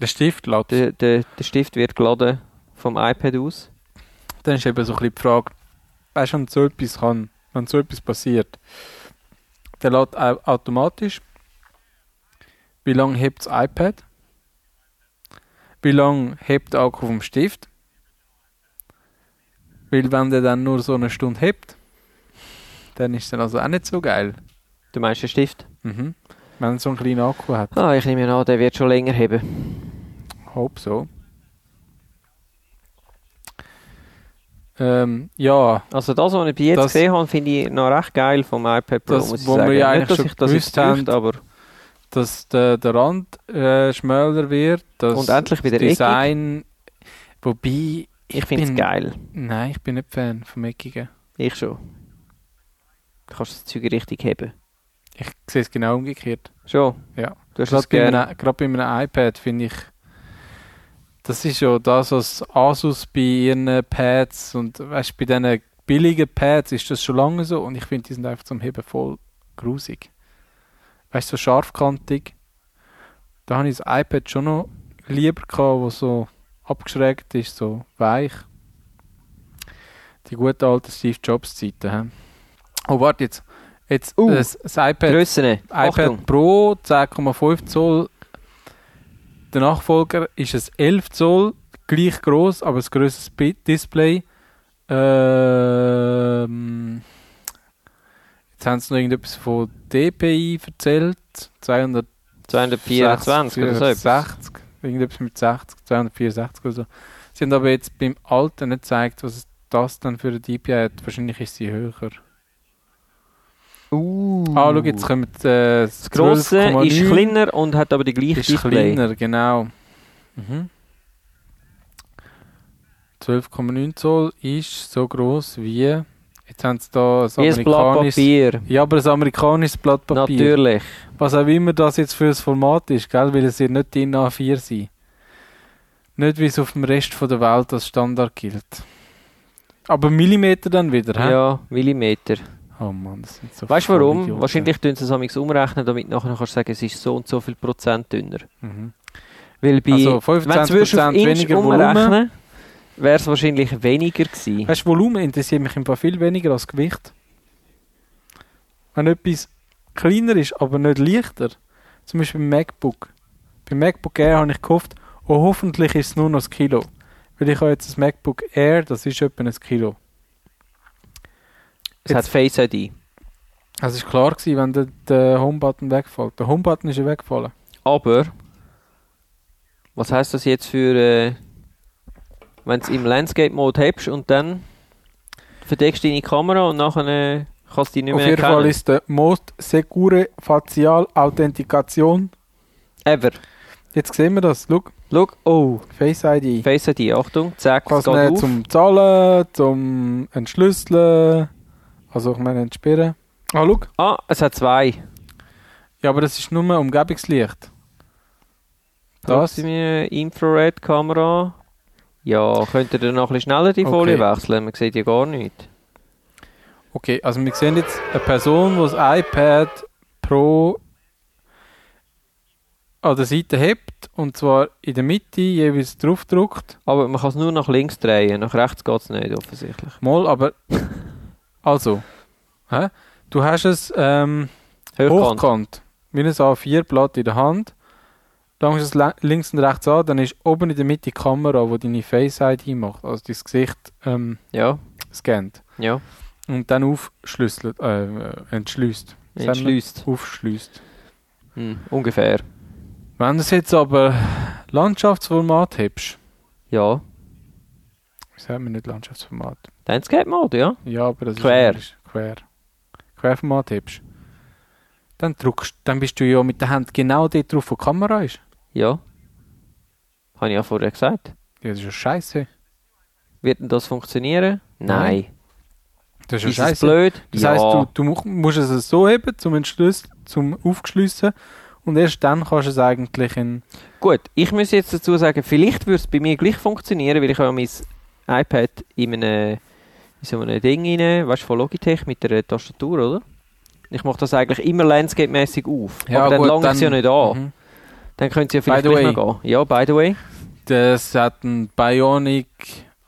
Der Stift lässt.
Der, der, der Stift wird geladen vom iPad aus.
Dann ist eben so ein bisschen die Frage, weißt du, wenn so etwas kann, wenn so etwas passiert, der lädt au- automatisch. Wie lange hebt das iPad? Wie lange hebt der Akku vom Stift? Weil wenn der dann nur so eine Stunde hebt, dann ist er also auch nicht so geil.
Du meinst den Stift?
Mhm. Wenn er so einen kleinen Akku hat.
Ah, ich nehme an, der wird schon länger heben.
Hope so. Ähm, ja,
Also das, was ich bis jetzt
Das-
gesehen habe, finde ich noch recht geil vom iPad Pro,
Das,
muss ich
wo wir
sagen.
ja
nicht, dass
eigentlich schon
ich das jetzt
gewusst haben.
bräuchte, aber
dass der, der Rand äh, schmäler wird, dass
Und endlich wieder
das
eckig.
Design, wobei
ich finde es
bin-
geil.
nein, ich bin nicht Fan vom Eckigen.
Ich schon. Du kannst das Zeug richtig heben.
Ich sehe es genau umgekehrt.
Schon?
Ja.
Du hast
Gerade
das
bei,
gerne.
einem, gerade bei einem iPad finde ich, das ist ja das, was Asus bei ihren Pads und weißt, bei diesen billigen Pads ist das schon lange so und ich finde, die sind einfach zum Heben voll grusig. Weißt du, so scharfkantig. Da habe ich das iPad schon noch lieber gehabt, wo so abgeschrägt ist, so weich. Die guten alten Steve Jobs Zeiten. hä? Oh, warte jetzt. Jetzt uh, das, das iPad,
Grössen. Achtung.
iPad Pro 10,5 Zoll. Der Nachfolger ist es 11 Zoll, gleich groß, aber ein grösseres Bi- Display. Ähm, jetzt haben sie noch irgendetwas von DPI erzählt. 200
224 oder so. etwas.
60, irgendetwas mit 60, 264 oder so. Sie haben aber jetzt beim Alten nicht gezeigt, was es- das dann für eine DPI hat. Wahrscheinlich ist sie höher. Ah, schau, jetzt kommt äh,
Das grosse ist kleiner und hat aber die gleiche
Ist
Display.
kleiner, genau. Mhm. 12,9 Zoll ist so groß wie. Jetzt haben sie da ein
Wie ein Blatt
amerikanisches.
Papier.
Ja, aber ein amerikanisches Blatt Papier.
Natürlich.
Was auch immer das jetzt für ein Format ist, gell? weil es wird nicht DIN A4 sein. Nicht wie es auf dem Rest von der Welt als Standard gilt. Aber Millimeter dann wieder, hä?
Ja, Millimeter.
Oh Mann, das sind so
Weißt du
viele
warum?
Idioten.
Wahrscheinlich tun sie es amigs umrechnen, damit nachher kannst du sagen, es ist so und so viel Prozent dünner.
Mhm.
Weil bei,
Also
wenn du es
25%
auf Inch
weniger Volumen.
umrechnen, wäre es wahrscheinlich weniger gewesen.
Weißt du, Volumen interessiert mich einfach viel weniger als Gewicht. Wenn etwas kleiner ist, aber nicht leichter, zum Beispiel beim MacBook. Beim MacBook Air habe ich gehofft, oh, hoffentlich ist es nur noch ein Kilo. Weil ich habe jetzt das MacBook Air, das ist etwa ein Kilo.
Es hat
jetzt-
Face ID.
Also es war klar, gewesen, wenn der, der Homebutton wegfällt. Der Homebutton ist ja weggefallen.
Aber, was heisst das jetzt für, äh, wenn du es im Landscape-Mode hebst und dann verdeckst du deine Kamera und nachher äh, kannst du die nicht
Auf
mehr
jeden Fall
erkennen.
ist der Most Secure Facial Authentikation.
Ever.
Jetzt sehen wir das. Schau,
Schau, oh,
Face ID.
Face ID, Achtung, zack, es
Was
geht
man
auf.
zum Zahlen, zum Entschlüsseln, also ich meine Entsperren. Ah, schau.
Ah, es hat zwei.
Ja, aber das ist nur mehr Umgebungslicht. Das?
Das ist meine Infrared-Kamera. Ja, könnt ihr dann noch ein bisschen schneller die Folie
Okay.
wechseln? Man sieht ja gar nichts.
Okay, also wir sehen jetzt eine Person, die das iPad Pro an der Seite hebt und zwar in der Mitte jeweils draufdrückt.
Aber man kann es nur nach links drehen, nach rechts geht es nicht offensichtlich.
Mal, *laughs* aber... Also, hä? du hast es... Ähm,
Hochkant.
Hochkant. Wie ein A4-Blatt in der Hand. Dann ist es le- links und rechts an, dann ist oben in der Mitte die Kamera, die deine Face-ID macht, also dein Gesicht ähm,
Ja,
scannt.
ja.
Und dann aufschlüsselt, äh, äh, entschlüsst. Sagen wir?
Entschlüsst.
Aufschlüsst.
Hm, ungefähr.
Wenn du es jetzt aber Landschaftsformat hebst,
Ja.
wie sagt man nicht Landschaftsformat?
Landscape-Mode, ja.
Ja, aber das
Quer.
ist Englisch. quer. Querformat hebst. Dann drückst, dann bist du ja mit der Hand genau dort drauf, wo die Kamera ist.
Ja. Habe ich ja vorher gesagt.
Ja, das ist ja scheiße.
Wird denn das funktionieren? Nein.
Das
Ist es blöd?
Das
ja.
heisst, du, du mu- musst es so heben zum Entschluss, zum Aufschliessen und erst dann kannst du es eigentlich in.
Gut, ich muss jetzt dazu sagen, vielleicht würde es bei mir gleich funktionieren, weil ich habe mein iPad in, einem, in so einem Ding rein, weißt du, von Logitech mit der Tastatur, oder? Ich mache das eigentlich immer landscape-mäßig auf.
Ja,
aber dann
gut,
lange es ja
dann-
nicht an.
Mhm.
Dann können sie ja vielleicht
By the
gleich noch gehen. Ja, by the way.
Das hat ein Bionic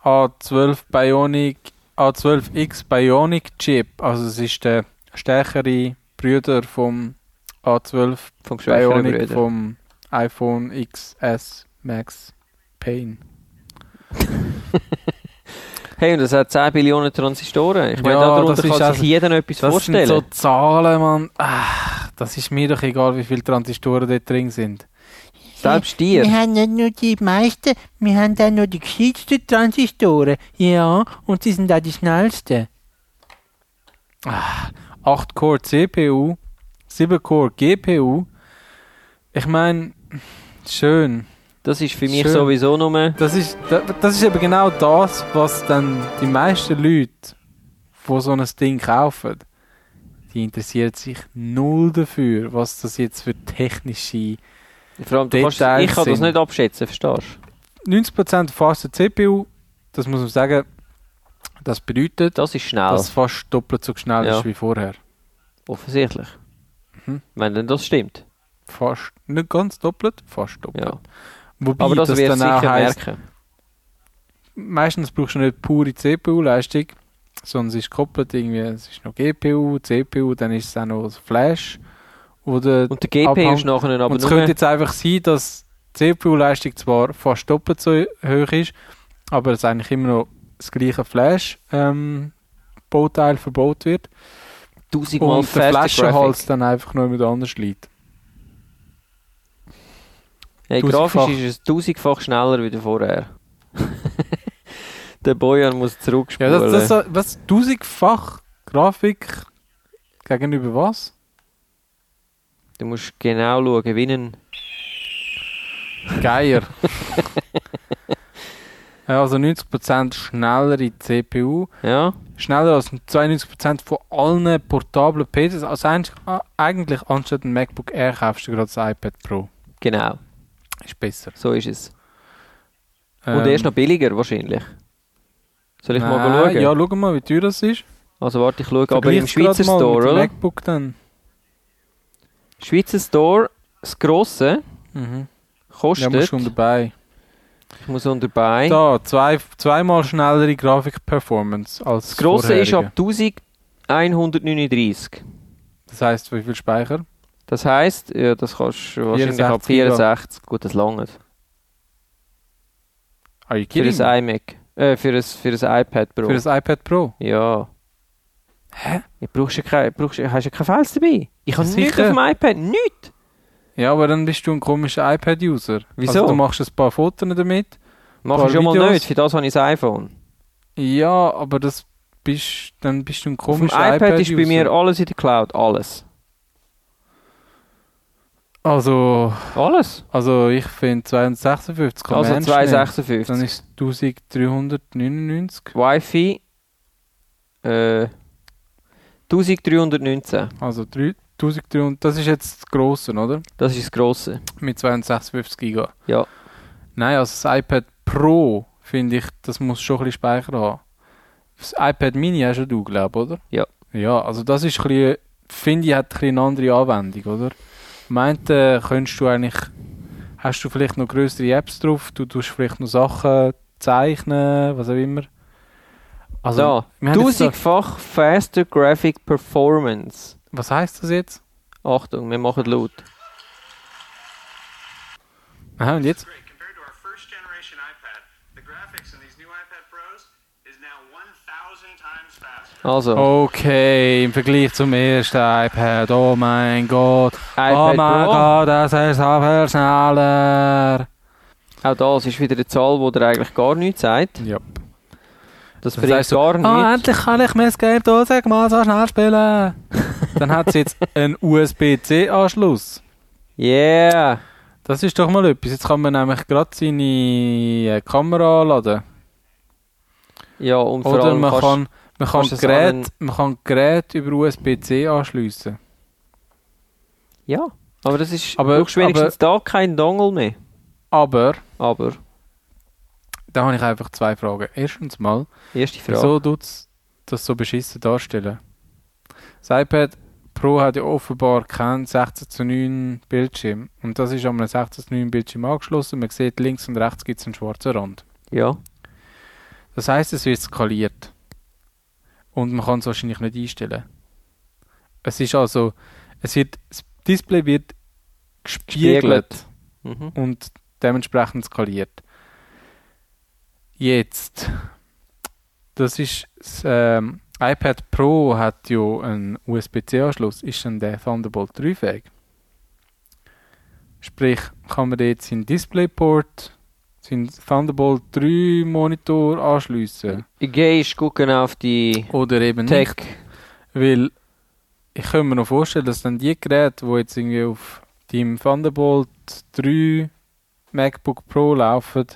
A12 Bionic A12X Bionic Chip. Also es ist der stärkere Brüder vom A12
Vom schwächeren
Bionic
Bruder.
vom iPhone XS Max Pain.
Hey, und das hat 10 Billionen Transistoren. Ich meine,
Ja,
darunter
das
kann
ist
sich
also-
jeder etwas
Das
vorstellen.
sind so Zahlen, Mann. Ach, das ist mir doch egal, wie viele Transistoren dort drin sind.
Selbst dir.
Wir haben nicht nur die meisten, wir haben auch noch die geschützten Transistoren. Ja, und sie sind auch die schnellsten.
8 Core CPU, 7 Core GPU. Ich meine, schön.
Das ist für mich
Schön.
sowieso nur...
Das ist, da- das ist eben genau das, was dann die meisten Leute, die so ein Ding kaufen, die interessiert sich null dafür, was das jetzt für technische
Vor allem, du kannst,
Details
ich kann das
sind-
nicht abschätzen, verstehst du?
90% faster CPU, das muss man sagen, das bedeutet,
Das ist schnell,
dass es fast doppelt so schnell
Genau. Ja.
ist wie vorher.
offensichtlich.
Mhm.
Wenn denn das stimmt.
Fast, nicht ganz doppelt, fast doppelt.
Ja.
Wobei
Aber das,
das
wirst du
dann auch
sicher
heisst,
merken.
meistens brauchst du nicht pure CPU-Leistung, sondern es ist gekoppelt irgendwie, es ist noch GPU, CPU, dann ist es auch noch Flash. Oder
Und der GPU
abhängt-
ist nachher aber
und es
nur...
könnte jetzt einfach sein, dass die CPU-Leistung zwar fast doppelt so hoch ist, aber es eigentlich immer noch das gleiche Flash-Bauteil verbaut wird.
tausendmal
Und der
faster
Flaschenhals
Graphic.
dann einfach noch jemand anders liegt.
Hey,
tausendfach.
grafisch ist es tausendfach schneller wie der vorher. *laughs* der Bojan muss
Ja,
zurückspulen.
das, das, so- was? Tausendfach Grafik gegenüber was?
du musst genau schauen, wie ein...
Geier. *laughs* ja, also 90% schnellere CPU.
Ja,
schneller als 92% von allen portablen PCs. Also eigentlich, ah, eigentlich anstatt ein MacBook Air kaufst du gerade das iPad Pro.
genau.
Ist besser.
So ist es. Und er ist noch billiger wahrscheinlich. Soll ich mal
Ähm. Nein,
schauen?
Ja, schau mal, wie teuer das ist.
Also warte, ich schaue. Aber im
Vergleich's grad
Schweizer
mal mit
Store,
dem
oder?
MacBook dann.
Schweizer Store, das grosse,
Mhm. Ja,
kostet...
musst schon dabei.
ich muss unterbei.
Da, zwei, zweimal schnellere Grafik-Performance als
das grosse ist ab
vorherige.
1139.
Das heisst, wie viel Speicher?
Das heisst, ja, das kannst du wahrscheinlich ab
64 Giga.
64. Gut, das langt.
Are you
Für
kidding? me?
ein iMac. Äh, für ein, für ein iPad Pro.
Für das iPad Pro?
ja.
Hä?
Ja, brauchst du kein, brauchst, du- hast du keine Files dabei? Ich habe
Sicher.
nichts auf dem iPad. Nichts.
Ja, aber dann bist du ein komischer iPad-User.
Wieso?
Also, du machst ein paar Fotos damit.
Mach
Paar
ich schon mal
Videos.
nicht. Für das habe ich das iPhone.
Ja, aber das bist, dann bist du ein
Auf dem
komischer
iPad, ist bei
iPad-User.
mir alles in der Cloud. Alles.
Also,
Alles.
also ich finde 256 kann
also
man ernst nehmen. Dann
256.
ist es 1399.
Wi-Fi. Äh, 1319.
Also 3300, das ist jetzt das Grosse, oder?
Das ist das Grosse.
Mit 256 Giga.
Ja.
Nein, also das iPad Pro, finde ich, das muss schon ein bisschen Speicher haben. Das iPad Mini hast ja du, glaube oder?
Ja.
Ja, also das ist ein bisschen, finde ich, hat ein bisschen eine andere Anwendung, oder? Meint, äh, könntest du eigentlich, hast du vielleicht noch größere Apps drauf, du tust vielleicht noch Sachen zeichnen, was auch immer. Also,
Also,
wir haben jetzt da,
tausendfach faster graphic performance.
was heißt das jetzt?
Achtung, wir machen laut.
Aha, und jetzt?
Great. Compared to our first generation iPad, the graphics in these new iPad Pros is now 1,000 times faster.
Also,
Okay, im Vergleich zum ersten iPad, oh mein Gott.
iPad
oh mein
Pro.
Gott, das ist aber schneller.
Auch das ist wieder eine Zahl, die dir eigentlich gar nichts sagt.
Ja.
Das,
Das
bringt
heisst so,
gar
Ah,
nichts.
endlich kann ich mein Escape Dose mal so schnell spielen. *laughs* Dann hat sie jetzt einen USB-C-Anschluss.
Yeah!
Das ist doch mal etwas. Jetzt kann man nämlich gerade seine äh, Kamera laden.
Ja, und vor
Oder
allem
man
kannst,
kann, man, kann
kannst es an
Gerät, man kann Gerät über USB-C anschliessen.
Ja, aber das ist...
Aber-
Aber, brauchst wenigstens da keinen Dongle mehr.
Aber,
Aber,
da habe ich einfach zwei Fragen. Erstens mal,
erste Frage.
Wieso tut das so beschissen darstellen? Das iPad Pro hat ja offenbar keinen 16 zu 9 Bildschirm. Und das ist an einem 16 zu 9 Bildschirm angeschlossen. Man sieht, links und rechts gibt es einen schwarzen Rand.
Ja,
Das heißt, es wird skaliert. Und man kann es wahrscheinlich nicht einstellen. Es ist also, es wird, das Display wird gespiegelt
Gespiegelt. mhm.
und dementsprechend skaliert. Jetzt, das ist das ähm, iPad Pro hat ja einen USB-C-Anschluss, ist dann der Thunderbolt 3 fähig. Sprich, kann man jetzt seinen DisplayPort, seinen Thunderbolt 3 Monitor anschliessen
Gehst gucken auf die
oder eben
Tech.
nicht, weil ich könnte mir noch vorstellen, dass dann die Geräte, die jetzt irgendwie auf deinem Thunderbolt 3 MacBook Pro laufen,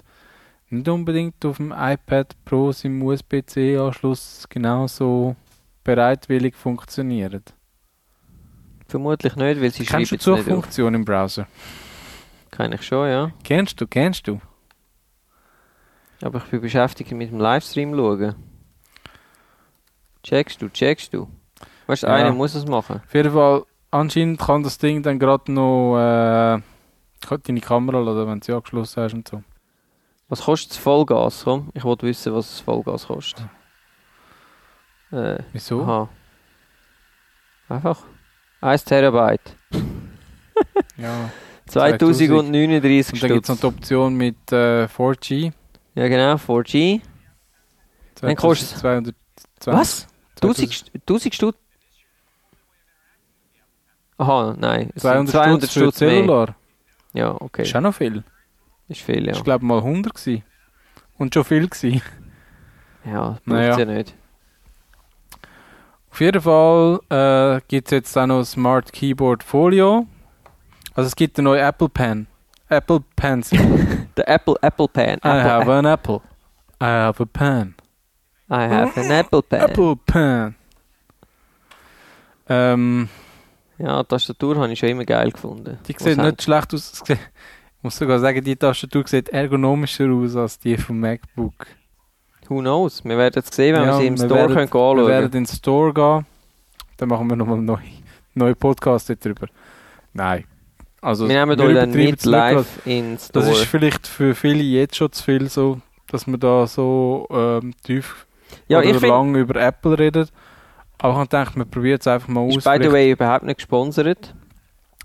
nicht unbedingt auf dem iPad Pro im USB-C-Anschluss genauso genau bereitwillig funktionieren.
Vermutlich nicht, weil sie schreiben
Kennst du
es
die
nicht auf.
Suchfunktion im Browser?
Kann ich schon, ja.
Kennst du, kennst du?
Aber ich bin beschäftigt mit dem Livestream schauen. Checkst du, checkst du. Weißt du,
Ja.
einer muss es machen.
Auf jeden Fall, anscheinend kann das Ding dann gerade noch äh, deine Kamera laden, wenn du sie angeschlossen hast und so.
Was kostet das Vollgas? Komm, ich wollte wissen, was das Vollgas kostet. Äh,
Wieso?
Aha. Einfach. 1 Terabyte.
Ja.
2039
Und dann gibt es noch
Stutz.
die Option mit äh, 4G.
Ja genau, 4G. Dann kostet's-
2220.
Was? 1000 St- 1000 Stutz. Aha, nein. es sind
200, 200 Stutz für
mehr.
Cellular.
Ja, okay.
Ist auch noch viel.
Ist viel, ja.
Ich glaube mal 100 gewesen. Und schon viel gewesen.
Ja, braucht
Naja.
ja nicht.
Auf jeden Fall äh, gibt es jetzt auch noch Smart Keyboard Folio. Also es gibt eine neue Apple Pen. Apple
*laughs*
Pencil.
Der Apple Apple Pen.
I
Apple,
have an apple. I have a pen.
I have an Apple Pen.
Apple Pen. Ähm,
Ja, die Tastatur habe ich schon immer geil gefunden.
die
Was
sieht
haben-
nicht schlecht aus. Es sieht- Ich muss sogar sagen, die Tastatur sieht ergonomischer aus als die vom MacBook.
Who knows? Wir werden es sehen, wenn
Ja,
wir sie im
wir
Store
werden-
können
Wir
anschauen
werden
können.
in den Store gehen. Dann machen wir nochmal einen neuen, neuen Podcast darüber. Nein. Also,
Wir nehmen
wir
euch dann
übertreiben
mit
es nicht gerade.
live in den
Das ist
Store.
vielleicht für viele jetzt schon zu viel so, dass man da so ähm, tief
Ja,
oder
ich finde,
lang über Apple redet. Aber ich habe gedacht, man probiert es einfach mal aus.
ist by the
Vielleicht-
way überhaupt nicht gesponsert.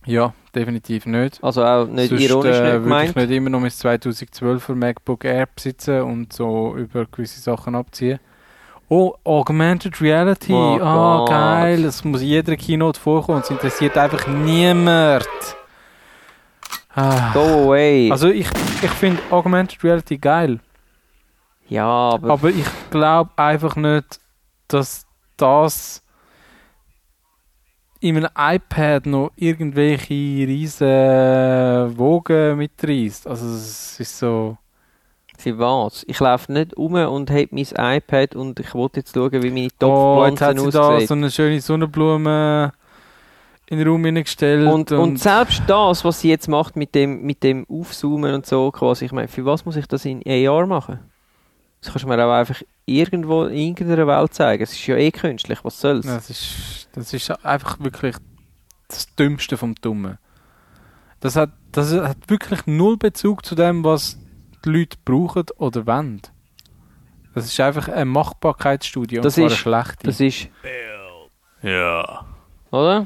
Ja, definitiv nicht.
Also auch nicht
Sonst,
ironisch nicht
äh, würde ich
gemeint.
nicht immer noch mein 2012er MacBook Air besitzen und so über gewisse Sachen abziehen. Oh, Augmented Reality.
Oh
ah,
Gott.
geil. Es muss in jeder Keynote vorkommen. Es interessiert einfach niemand. Ah.
Go away.
Also ich, ich finde Augmented Reality geil.
ja, aber,
Aber ich glaube einfach nicht, dass das in einem iPad noch irgendwelche riesen Wogen mitreißt. Also es ist so.
für was? Ich laufe nicht um und habe mein iPad und ich wollte jetzt schauen, wie meine
Oh, jetzt hat
Topfpflanzen
sie da so
aussehen.
eine schöne Sonnenblume in den Raum hineingestellt.
Und, und selbst das, was sie jetzt macht mit dem, mit dem Aufzoomen und so, quasi, ich meine, für was muss ich das in AR machen? Das kannst du mir auch einfach irgendwo in irgendeiner Welt zeigen. Es ist ja eh künstlich, was soll's?
das, ist, das ist einfach wirklich das Dümmste vom Dummen. Das hat, das hat wirklich null Bezug zu dem, was die Leute brauchen oder wollen. Das ist einfach eine Machbarkeitsstudie
Das
und zwar
ist-
eine schlechte.
Das ist,
ja.
oder?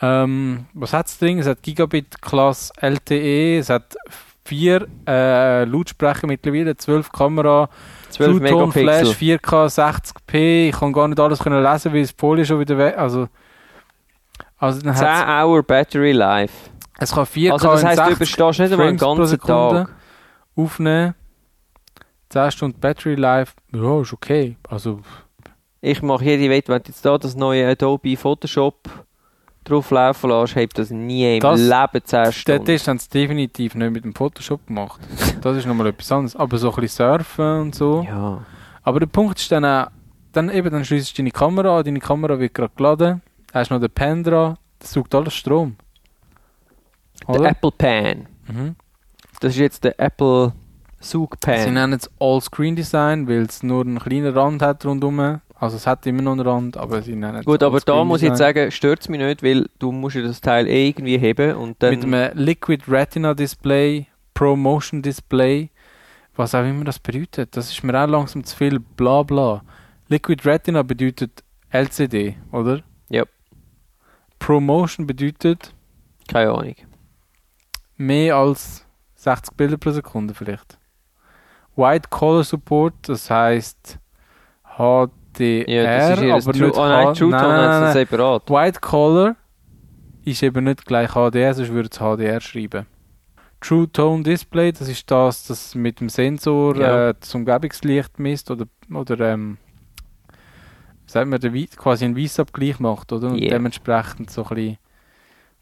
Ähm, was hat es drin? Es hat Gigabit-Class LTE, E, es hat vier äh, Lautsprecher mittlerweile, zwölf Kamera,
12
Two-Tone Flash,
Megapixel.
4K, 60p. Ich kann gar nicht alles können lesen, weil das Folie schon wieder weg. Also, also dann
10
hat's-
Hour Battery Life.
Es kann 4K
Also das
in
heisst, du
60
überstehst nicht einmal einen
Frames pro
ganzen
Sekunde
Tag.
aufnehmen. 10 Stunden Battery Life. Ja, ist okay. Also,
Ich mache jede Wette, wenn du jetzt da das neue Adobe Photoshop drauflaufen lässt, habe das nie im
Das-
Leben 10
der
Stunden.
Test haben sie definitiv nicht mit dem Photoshop gemacht. Das ist nochmal etwas anderes. Aber so ein bisschen surfen und so.
Ja.
Aber der Punkt ist dann auch, dann eben, dann schließt du deine Kamera an, deine Kamera wird gerade geladen, da hast du noch den Pen dran, das saugt alles Strom.
Der
Oder?
Apple Pan.
Mhm.
Das ist jetzt der Apple
Sie
Sugpan.
nennen es All-Screen-Design, weil es nur einen kleinen Rand hat rundherum. Also es hat immer noch einen Rand, aber sie nennen es
Gut, aber da muss ich jetzt
All-Screen-Design.
sagen, stört es mich nicht, weil du musst ja das Teil eh irgendwie heben und dann...
Mit einem Liquid Retina Display, Pro Motion Display, was auch immer das bedeutet, das ist mir auch langsam zu viel bla bla. Liquid Retina bedeutet LCD, oder?
Yep.
Pro Motion bedeutet
keine Ahnung.
mehr als 60 Bilder pro Sekunde vielleicht. White Color Support, das heißt HDR,
Ja, das ist hier
aber
ein True...
nicht
Oh nein,
H-
True Tone
nein,
hat
nein,
es
nein.
separat.
White Color ist eben nicht gleich HDR, sonst würde es HDR schreiben. True Tone Display, das ist das, das mit dem Sensor
Ja.
äh, das Umgebungslicht misst oder, oder ähm, wie sagt man, der Wei- quasi einen Weißabgleich macht, oder? Und
Yeah.
dementsprechend so ein bisschen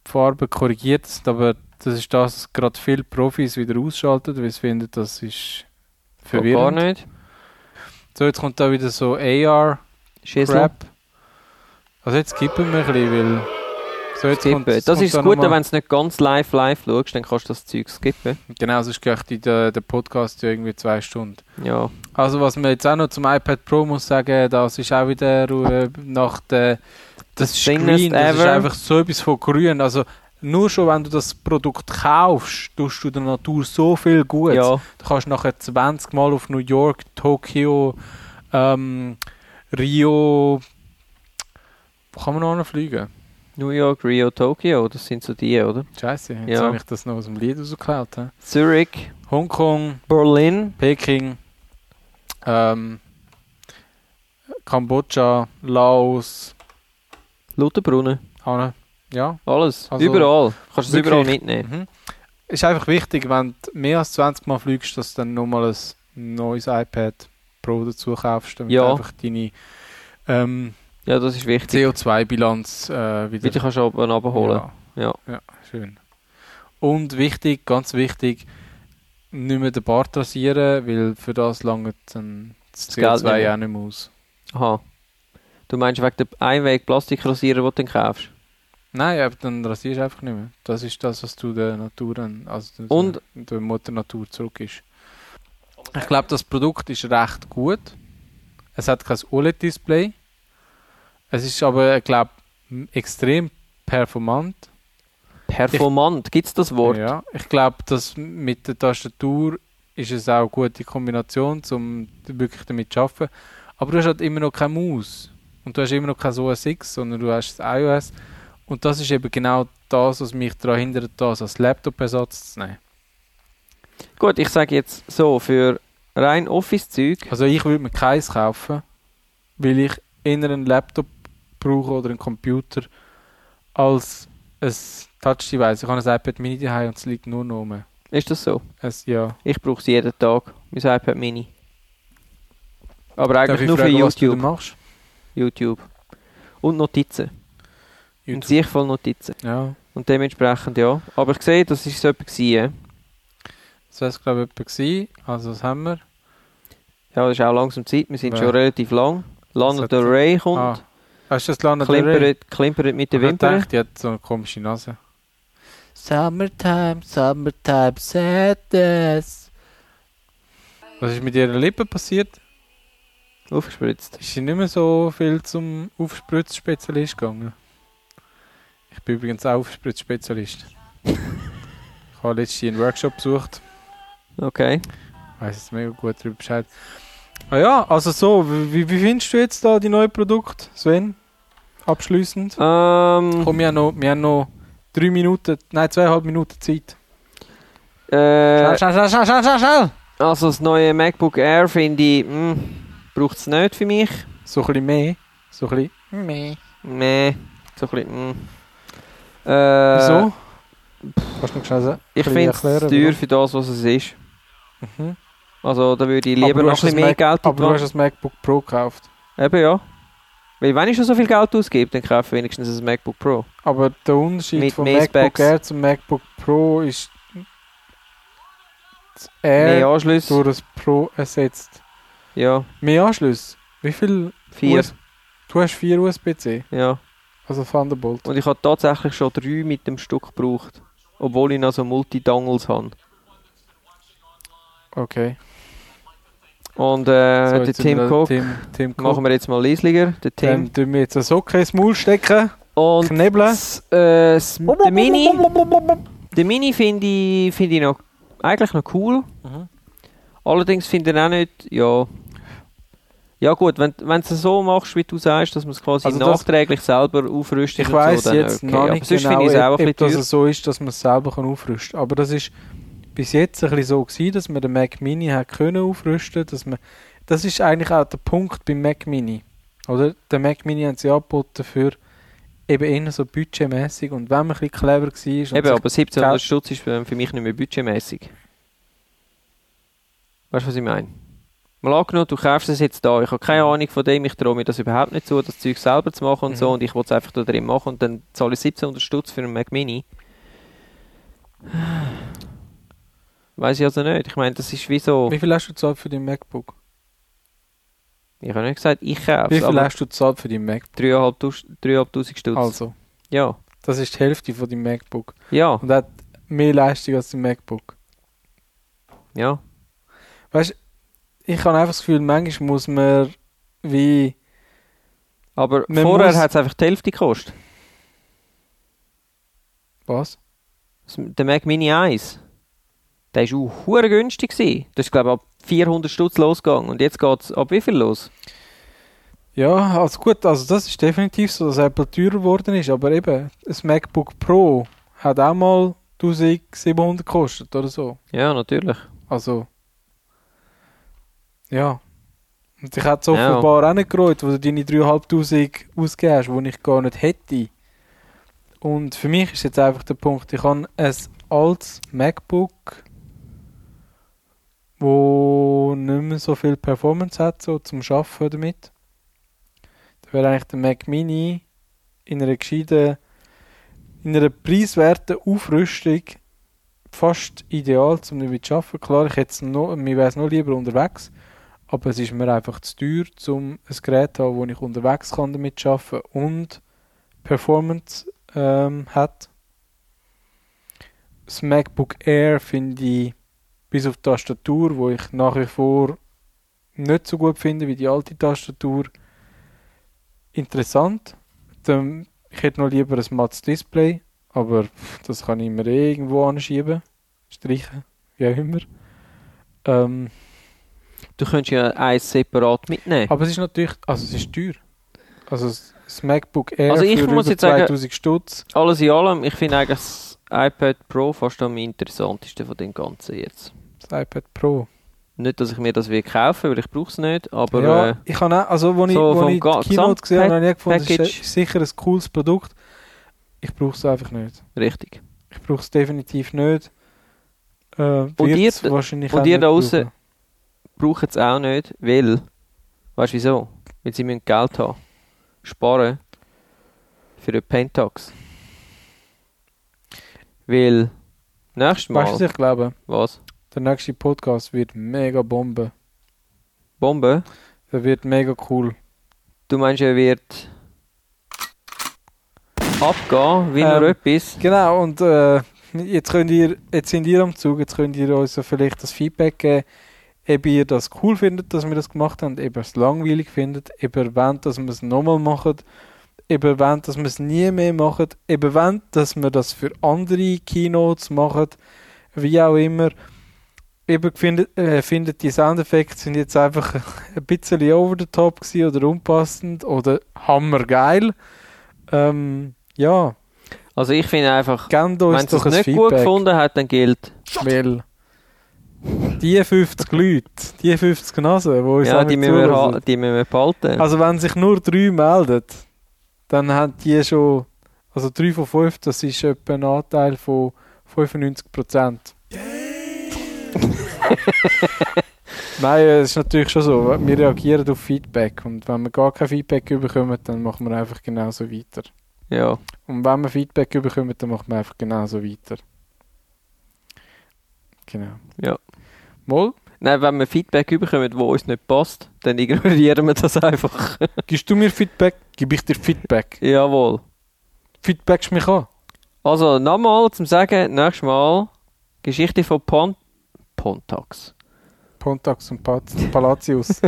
die Farben korrigiert. sind, Aber das ist das, was gerade viele Profis wieder ausschalten, weil sie finden, das ist
Geht
verwirrend.
Gar nicht.
So, jetzt kommt da wieder so AR.
Schissel.
Crap. Also jetzt skippen wir ein bisschen, weil... So, jetzt
Skippen.
kommt, jetzt
das
kommt
ist
da
das Gute,
nochmal-
wenn du es nicht ganz live live schaust, dann kannst du das Zeug skippen.
Genau, sonst geht der, der Podcast ja irgendwie zwei Stunden.
Ja.
Also was man jetzt auch noch zum iPad Pro muss sagen, das ist auch wieder äh, nach der... Das ist
thinnest
green, das ist
ever.
einfach so etwas von grün. Also nur schon, wenn du das Produkt kaufst, tust du der Natur so viel gut.
Ja.
Du kannst nachher 20 Mal auf New York, Tokio, ähm, Rio, Wo kann man noch fliegen?
New York, Rio, Tokio, das sind so die, oder?
Scheiße, jetzt
Ja.
habe ich das noch aus dem Lied rausgeklaut. hä?
Zürich,
Hongkong,
Berlin,
Peking, ähm, Kambodscha, Laos,
Lutherbrunnen,
Hanne. Ja.
alles,
Also,
überall. Kannst du es
wirklich-
überall mitnehmen.
Mhm. Ist einfach wichtig, wenn du mehr als 20 Mal fliegst, dass du dann nochmal ein neues iPad Pro dazu kaufst, damit
Ja.
du einfach deine ähm,
Ja, das ist wichtig.
CO2-Bilanz äh, wieder
Bitte kannst du oben abholen. Ja.
Ja. ja, schön. Und wichtig, ganz wichtig, nicht mehr den Bart rasieren, weil für das lange dann das
Geld nicht
CO2
mehr.
auch nicht mehr aus.
Aha. Du meinst wegen der Einweg-Plastikrasierer, den du dann kaufst?
Nein, aber dann rasierst du einfach nicht mehr. Das ist das, was du der Natur, an- also der-
Und-
der Mutter Natur zurück ist. Ich glaube, das Produkt ist recht gut. Es hat kein OLED-Display. Es ist aber, ich glaube, extrem performant.
Performant, gibt es das Wort?
Ja, ich glaube, dass mit der Tastatur ist es auch eine gute Kombination, um wirklich damit zu arbeiten. Aber du hast halt immer noch keine Maus und du hast immer noch kein OS X, sondern du hast das iOS. Und das ist eben genau das, was mich daran hindert, das als Laptop-Ersatz zu nehmen.
Gut, ich sage jetzt so, für rein Office-Zeug,
Also ich würde mir keins kaufen, weil ich eher einen Laptop brauche oder einen Computer als ein Touch-Device. Ich habe ein iPad Mini daheim und es liegt nur noch rum.
ist das so.
Es, ja.
Ich brauche es jeden Tag, mein iPad Mini. Aber
Darf
eigentlich
ich
nur
fragen,
für
was du da
YouTube.
machst? YouTube.
Und Notizen. Und sich voll Notizen.
Ja,
Und dementsprechend ja. Aber ich sehe, das ist so etwas gewesen.
das wäre es, glaube ich, etwa gewesen. Also, was haben wir?
Ja, das ist auch langsam Zeit, wir sind
Ja.
schon relativ lang. Lana
Das
Del
hat-
Rey kommt,
Ah, hast du das Lana Del Rey?
klimpert, klimpert mit den
Ich
Wimpern.
dachte, die hat so eine komische Nase.
Summertime, summertime sadness.
Was ist mit ihren Lippen passiert?
Aufgespritzt.
Ist sie nicht mehr so viel zum Aufspritzspezialist gegangen? Ich bin übrigens auch Aufspritzspezialist. ich habe letztens einen Workshop besucht.
Okay.
weiß jetzt mega gut darüber Bescheid. Ah ja, also so, wie, wie findest du jetzt da die neuen Produkte, Sven? Abschließend.
Ähm,
Komm, wir haben noch, wir haben noch drei Minuten, nein, zweieinhalb Minuten Zeit.
äh,
Schnell, schnell, schnell, schnell, schnell, schnell, schnell!
also das neue MacBook Air finde ich, braucht es nicht für mich.
So ein bisschen mehr. So ein bisschen.
Meh.
Meh. So ein bisschen, mm. Äh,
Wieso? Kannst du noch schnell sagen?
Ich
Ein
finde es
bisschen erklären,
teuer für das, was es ist.
Mhm.
Also da würde ich
Aber
lieber
du
noch ein
hast
bisschen
das
mehr
Mac-
Geld in die
Aber du
Hand-
hast das MacBook Pro gekauft.
Eben ja. Weil wenn ich schon so viel Geld ausgebe, dann kaufe ich wenigstens ein MacBook Pro.
Aber der Unterschied
Mit
von
mehr
MacBook
Specs.
Air zum MacBook Pro ist, das
Mehr
Air
Anschlüsse.
durch das Pro ersetzt.
Ja,
Mehr Anschlüsse? Wie viel?
vier.
US du hast vier USB-C,
Ja.
also Thunderbolt.
Und ich habe tatsächlich schon drei mit dem Stück gebraucht. Obwohl ich noch so Multi-Dongles habe. Äh,
Okay.
Und äh,
So,
der
jetzt sind wir
Tim
da-
Cook
Tim, Tim Cook.
machen wir jetzt mal leisliger. Der Tim.
Dann tun wir jetzt eine Socke ins Maul stecken,
Und
knebeln.
das, äh, das, der Mini, der Mini finde ich, find ich noch, eigentlich noch cool.
Mhm.
Allerdings finde ich ihn auch nicht, ja. Ja gut, wenn, wenn du es so machst, wie du sagst, dass man es quasi
Also das-
nachträglich selber aufrüstet
Ich
und
weiß
so, dann
jetzt
okay.
noch
Aber
nicht
sonst
genau,
finde ich es auch
ob,
ein
ob das
bisschen teuer.
so ist, dass man es selber kann aufrüsten kann. Aber das ist bis jetzt ein bisschen so gewesen, dass man den Mac Mini hat können aufrüsten dass man Das ist eigentlich auch der Punkt beim Mac Mini. Oder? Den Mac Mini haben sie angeboten für eben eher so budgetmäßig und wenn man ein bisschen clever war und
Eben,
sich
aber 1700
Geld-
Stutz ist für für mich nicht mehr budgetmäßig. Weißt du, was ich meine? Mal angenommen, du kaufst es jetzt da. Ich habe keine Ahnung von dem, ich traue mir das überhaupt nicht zu, das Zeug selber zu machen und so.
Mhm.
Und ich will es einfach da drin machen und dann zahle ich 1700 Stutz für einen Mac Mini. Weiß ich also nicht. Ich meine, das ist wie so.
Wie viel hast du gezahlt für dein MacBook?
Ich habe nicht gesagt, ich kaufe
Wie
es,
viel
aber
hast du gezahlt für dein MacBook?
3500 Stutz.
Also,
Ja.
das ist die Hälfte von deinem MacBook.
Ja.
Und hat mehr Leistung als dein MacBook.
Ja.
ich habe einfach das Gefühl, manchmal muss man wie.
Aber
Man
vorher
muss-
hat es einfach die Hälfte gekostet.
Was?
Das- Der Mac Mini 1, der war auch hure günstig. Gewesen. Das ist, glaube ich, ab 400 Stutz losgegangen. Und jetzt geht es ab wie viel los?
Ja, also gut, also das ist definitiv so, dass Apple teurer geworden ist, aber eben, ein MacBook Pro hat auch mal 1700 gekostet oder so.
Ja, natürlich.
Also, ja. Und ich hätte es
Ja.
offenbar auch nicht gereut, wo du deine 3500 ausgegeben hast, die ich gar nicht hätte. Und für mich ist jetzt einfach der Punkt, ich habe ein altes MacBook, wo nicht mehr so viel Performance hat, so zum Arbeiten damit. Da wäre eigentlich der Mac Mini in einer gescheiten, in einer preiswerten Aufrüstung fast ideal, um damit zu arbeiten. Klar, ich hätte es noch, mir wäre es noch lieber unterwegs, aber es ist mir einfach zu teuer, um ein Gerät zu haben, wo ich unterwegs kann damit arbeiten und Performance ähm, hat. Das MacBook Air finde ich bis auf die Tastatur, wo ich nach wie vor nicht so gut finde wie die alte Tastatur, interessant. Dann- Ich hätte noch lieber ein mattes Display, aber das kann ich mir eh irgendwo anschieben, streichen, wie auch immer.
Hm.
Ähm,
Du könntest ja eins separat mitnehmen.
aber es ist natürlich, also es ist teuer. Also das das MacBook Air
Also ich
für
muss
über
jetzt sagen-
2000 Stutz.
Alles in allem, ich finde eigentlich das iPad Pro fast am interessantesten von dem Ganzen jetzt.
Das iPad Pro.
Nicht, dass ich mir das will kaufen, weil ich brauche es nicht, aber
ja,
äh,
ich habe auch, also wo ich,
so
wo
vom
ich die
Ga-
Keynote gesehen habe, habe ich gefunden, es
Gesamtpackage.
ist sicher ein cooles Produkt. Ich brauche es einfach nicht.
äh, richtig.
Ich brauche es definitiv nicht. Äh,
Und ihr
wird's
da-
wahrscheinlich
und
auch
ihr
nicht
da aussen-
brauchen.
Brauchen es auch nicht, weil, weißt du wieso? Weil sie müssen Geld haben. Sparen. Für den Pentax. Weil, nächstes Mal,
Weißt du, was ich glaube?
was?
Der nächste Podcast wird mega Bombe.
Bombe?
Der wird mega cool.
Du meinst, er wird abgehen, wie
Ähm,
nur etwas?
Genau, und äh, jetzt, könnt ihr, jetzt sind ihr am Zug, jetzt könnt ihr uns ja vielleicht das Feedback geben, ob ihr das cool findet, dass wir das gemacht haben, ob ihr es langweilig findet, ob ihr wollt, dass wir es nochmal machen, ob ihr wollt, dass wir es nie mehr machen, ob ihr wollt, dass wir das für andere Keynotes machen, wie auch immer. Eben findet, äh, findet die Soundeffekte sind jetzt einfach *laughs* ein bisschen over the top gewesen oder unpassend oder hammergeil. Ähm, ja,
Also ich finde einfach,
gebt
wenn
uns
sie es
doch ein
nicht gut
Feedback.
gefunden hat, dann gilt,
Weil die 50 Leute, die 50 Nasen, die uns
ja,
damit
die müssen, wir
zuhören.
ha- die müssen wir behalten.
Also wenn sich nur drei melden, dann haben die schon, also 3 von 5, das ist etwa ein Anteil von 95%.
*laughs*
Nein, äh, es ist natürlich schon so, wir reagieren auf Feedback und wenn wir gar kein Feedback bekommen, dann machen wir einfach genauso weiter.
ja.
Und wenn wir Feedback bekommen, dann machen wir einfach genauso weiter. Genau.
Ja.
Moll,
Nein, wenn wir Feedback bekommen, wo uns nicht passt, dann ignorieren wir das einfach. *laughs*
gibst du mir Feedback, gebe ich dir Feedback.
Jawohl.
Feedbackst mich an.
Also nochmal zum Sagen, nächstes Mal Geschichte von Pon Pontax.
Pontax und Paz
*laughs*
Palacios.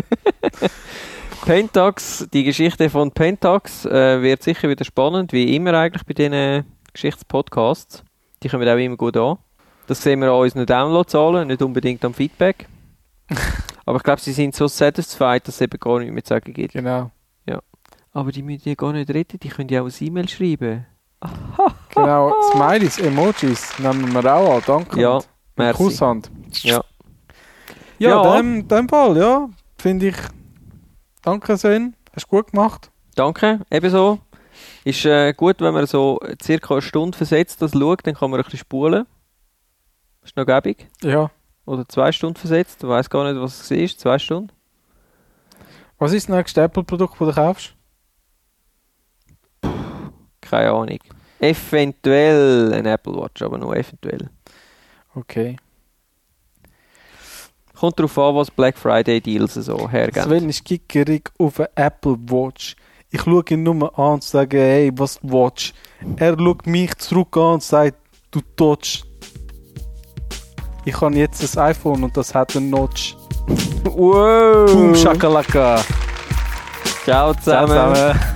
Pentax, die Geschichte von Pentax äh, wird sicher wieder spannend, wie immer eigentlich bei diesen Geschichtspodcasts. Die kommen auch immer gut an. Das sehen wir an unseren Downloadzahlen, nicht unbedingt am *laughs* Feedback. Aber ich glaube, sie sind so satisfied, dass es eben gar nicht mehr zu sagen gibt.
genau.
Aber die müssen ja gar nicht reden, die können ja auch ein E-Mail schreiben.
Genau. Smileys, Emojis nehmen wir auch an. Danke.
Ja,
Und
merci.
Kusshand.
Ja.
Ja,
Ja.
Dem, dem Fall, ja. Finde ich. Danke, Sven. Hast du gut gemacht.
Danke, ebenso. Ist äh, gut, wenn man so circa eine Stunde versetzt das schaut, dann kann man ein bisschen spulen. Ist noch gäbig.
Ja.
Oder zwei Stunden versetzt, ich weiß gar nicht, was es war. Zwei Stunden.
Was ist das nächste Apple-Produkt, das du kaufst?
Keine Ahnung. Eventuell ein Apple Watch, aber nur eventuell.
Okay.
Kommt darauf an, was Black Friday Deals so hergeben.
Sven ist gickerig auf eine Apple Watch. Ich schaue ihn nur an und sage, hey, was Watch? Er schaut mich zurück an und sagt, du Touch. Ich habe jetzt ein iPhone und das hat einen Notch.
Wow!
Boom, Shakalaka.
Ciao zusammen.
Zusammen.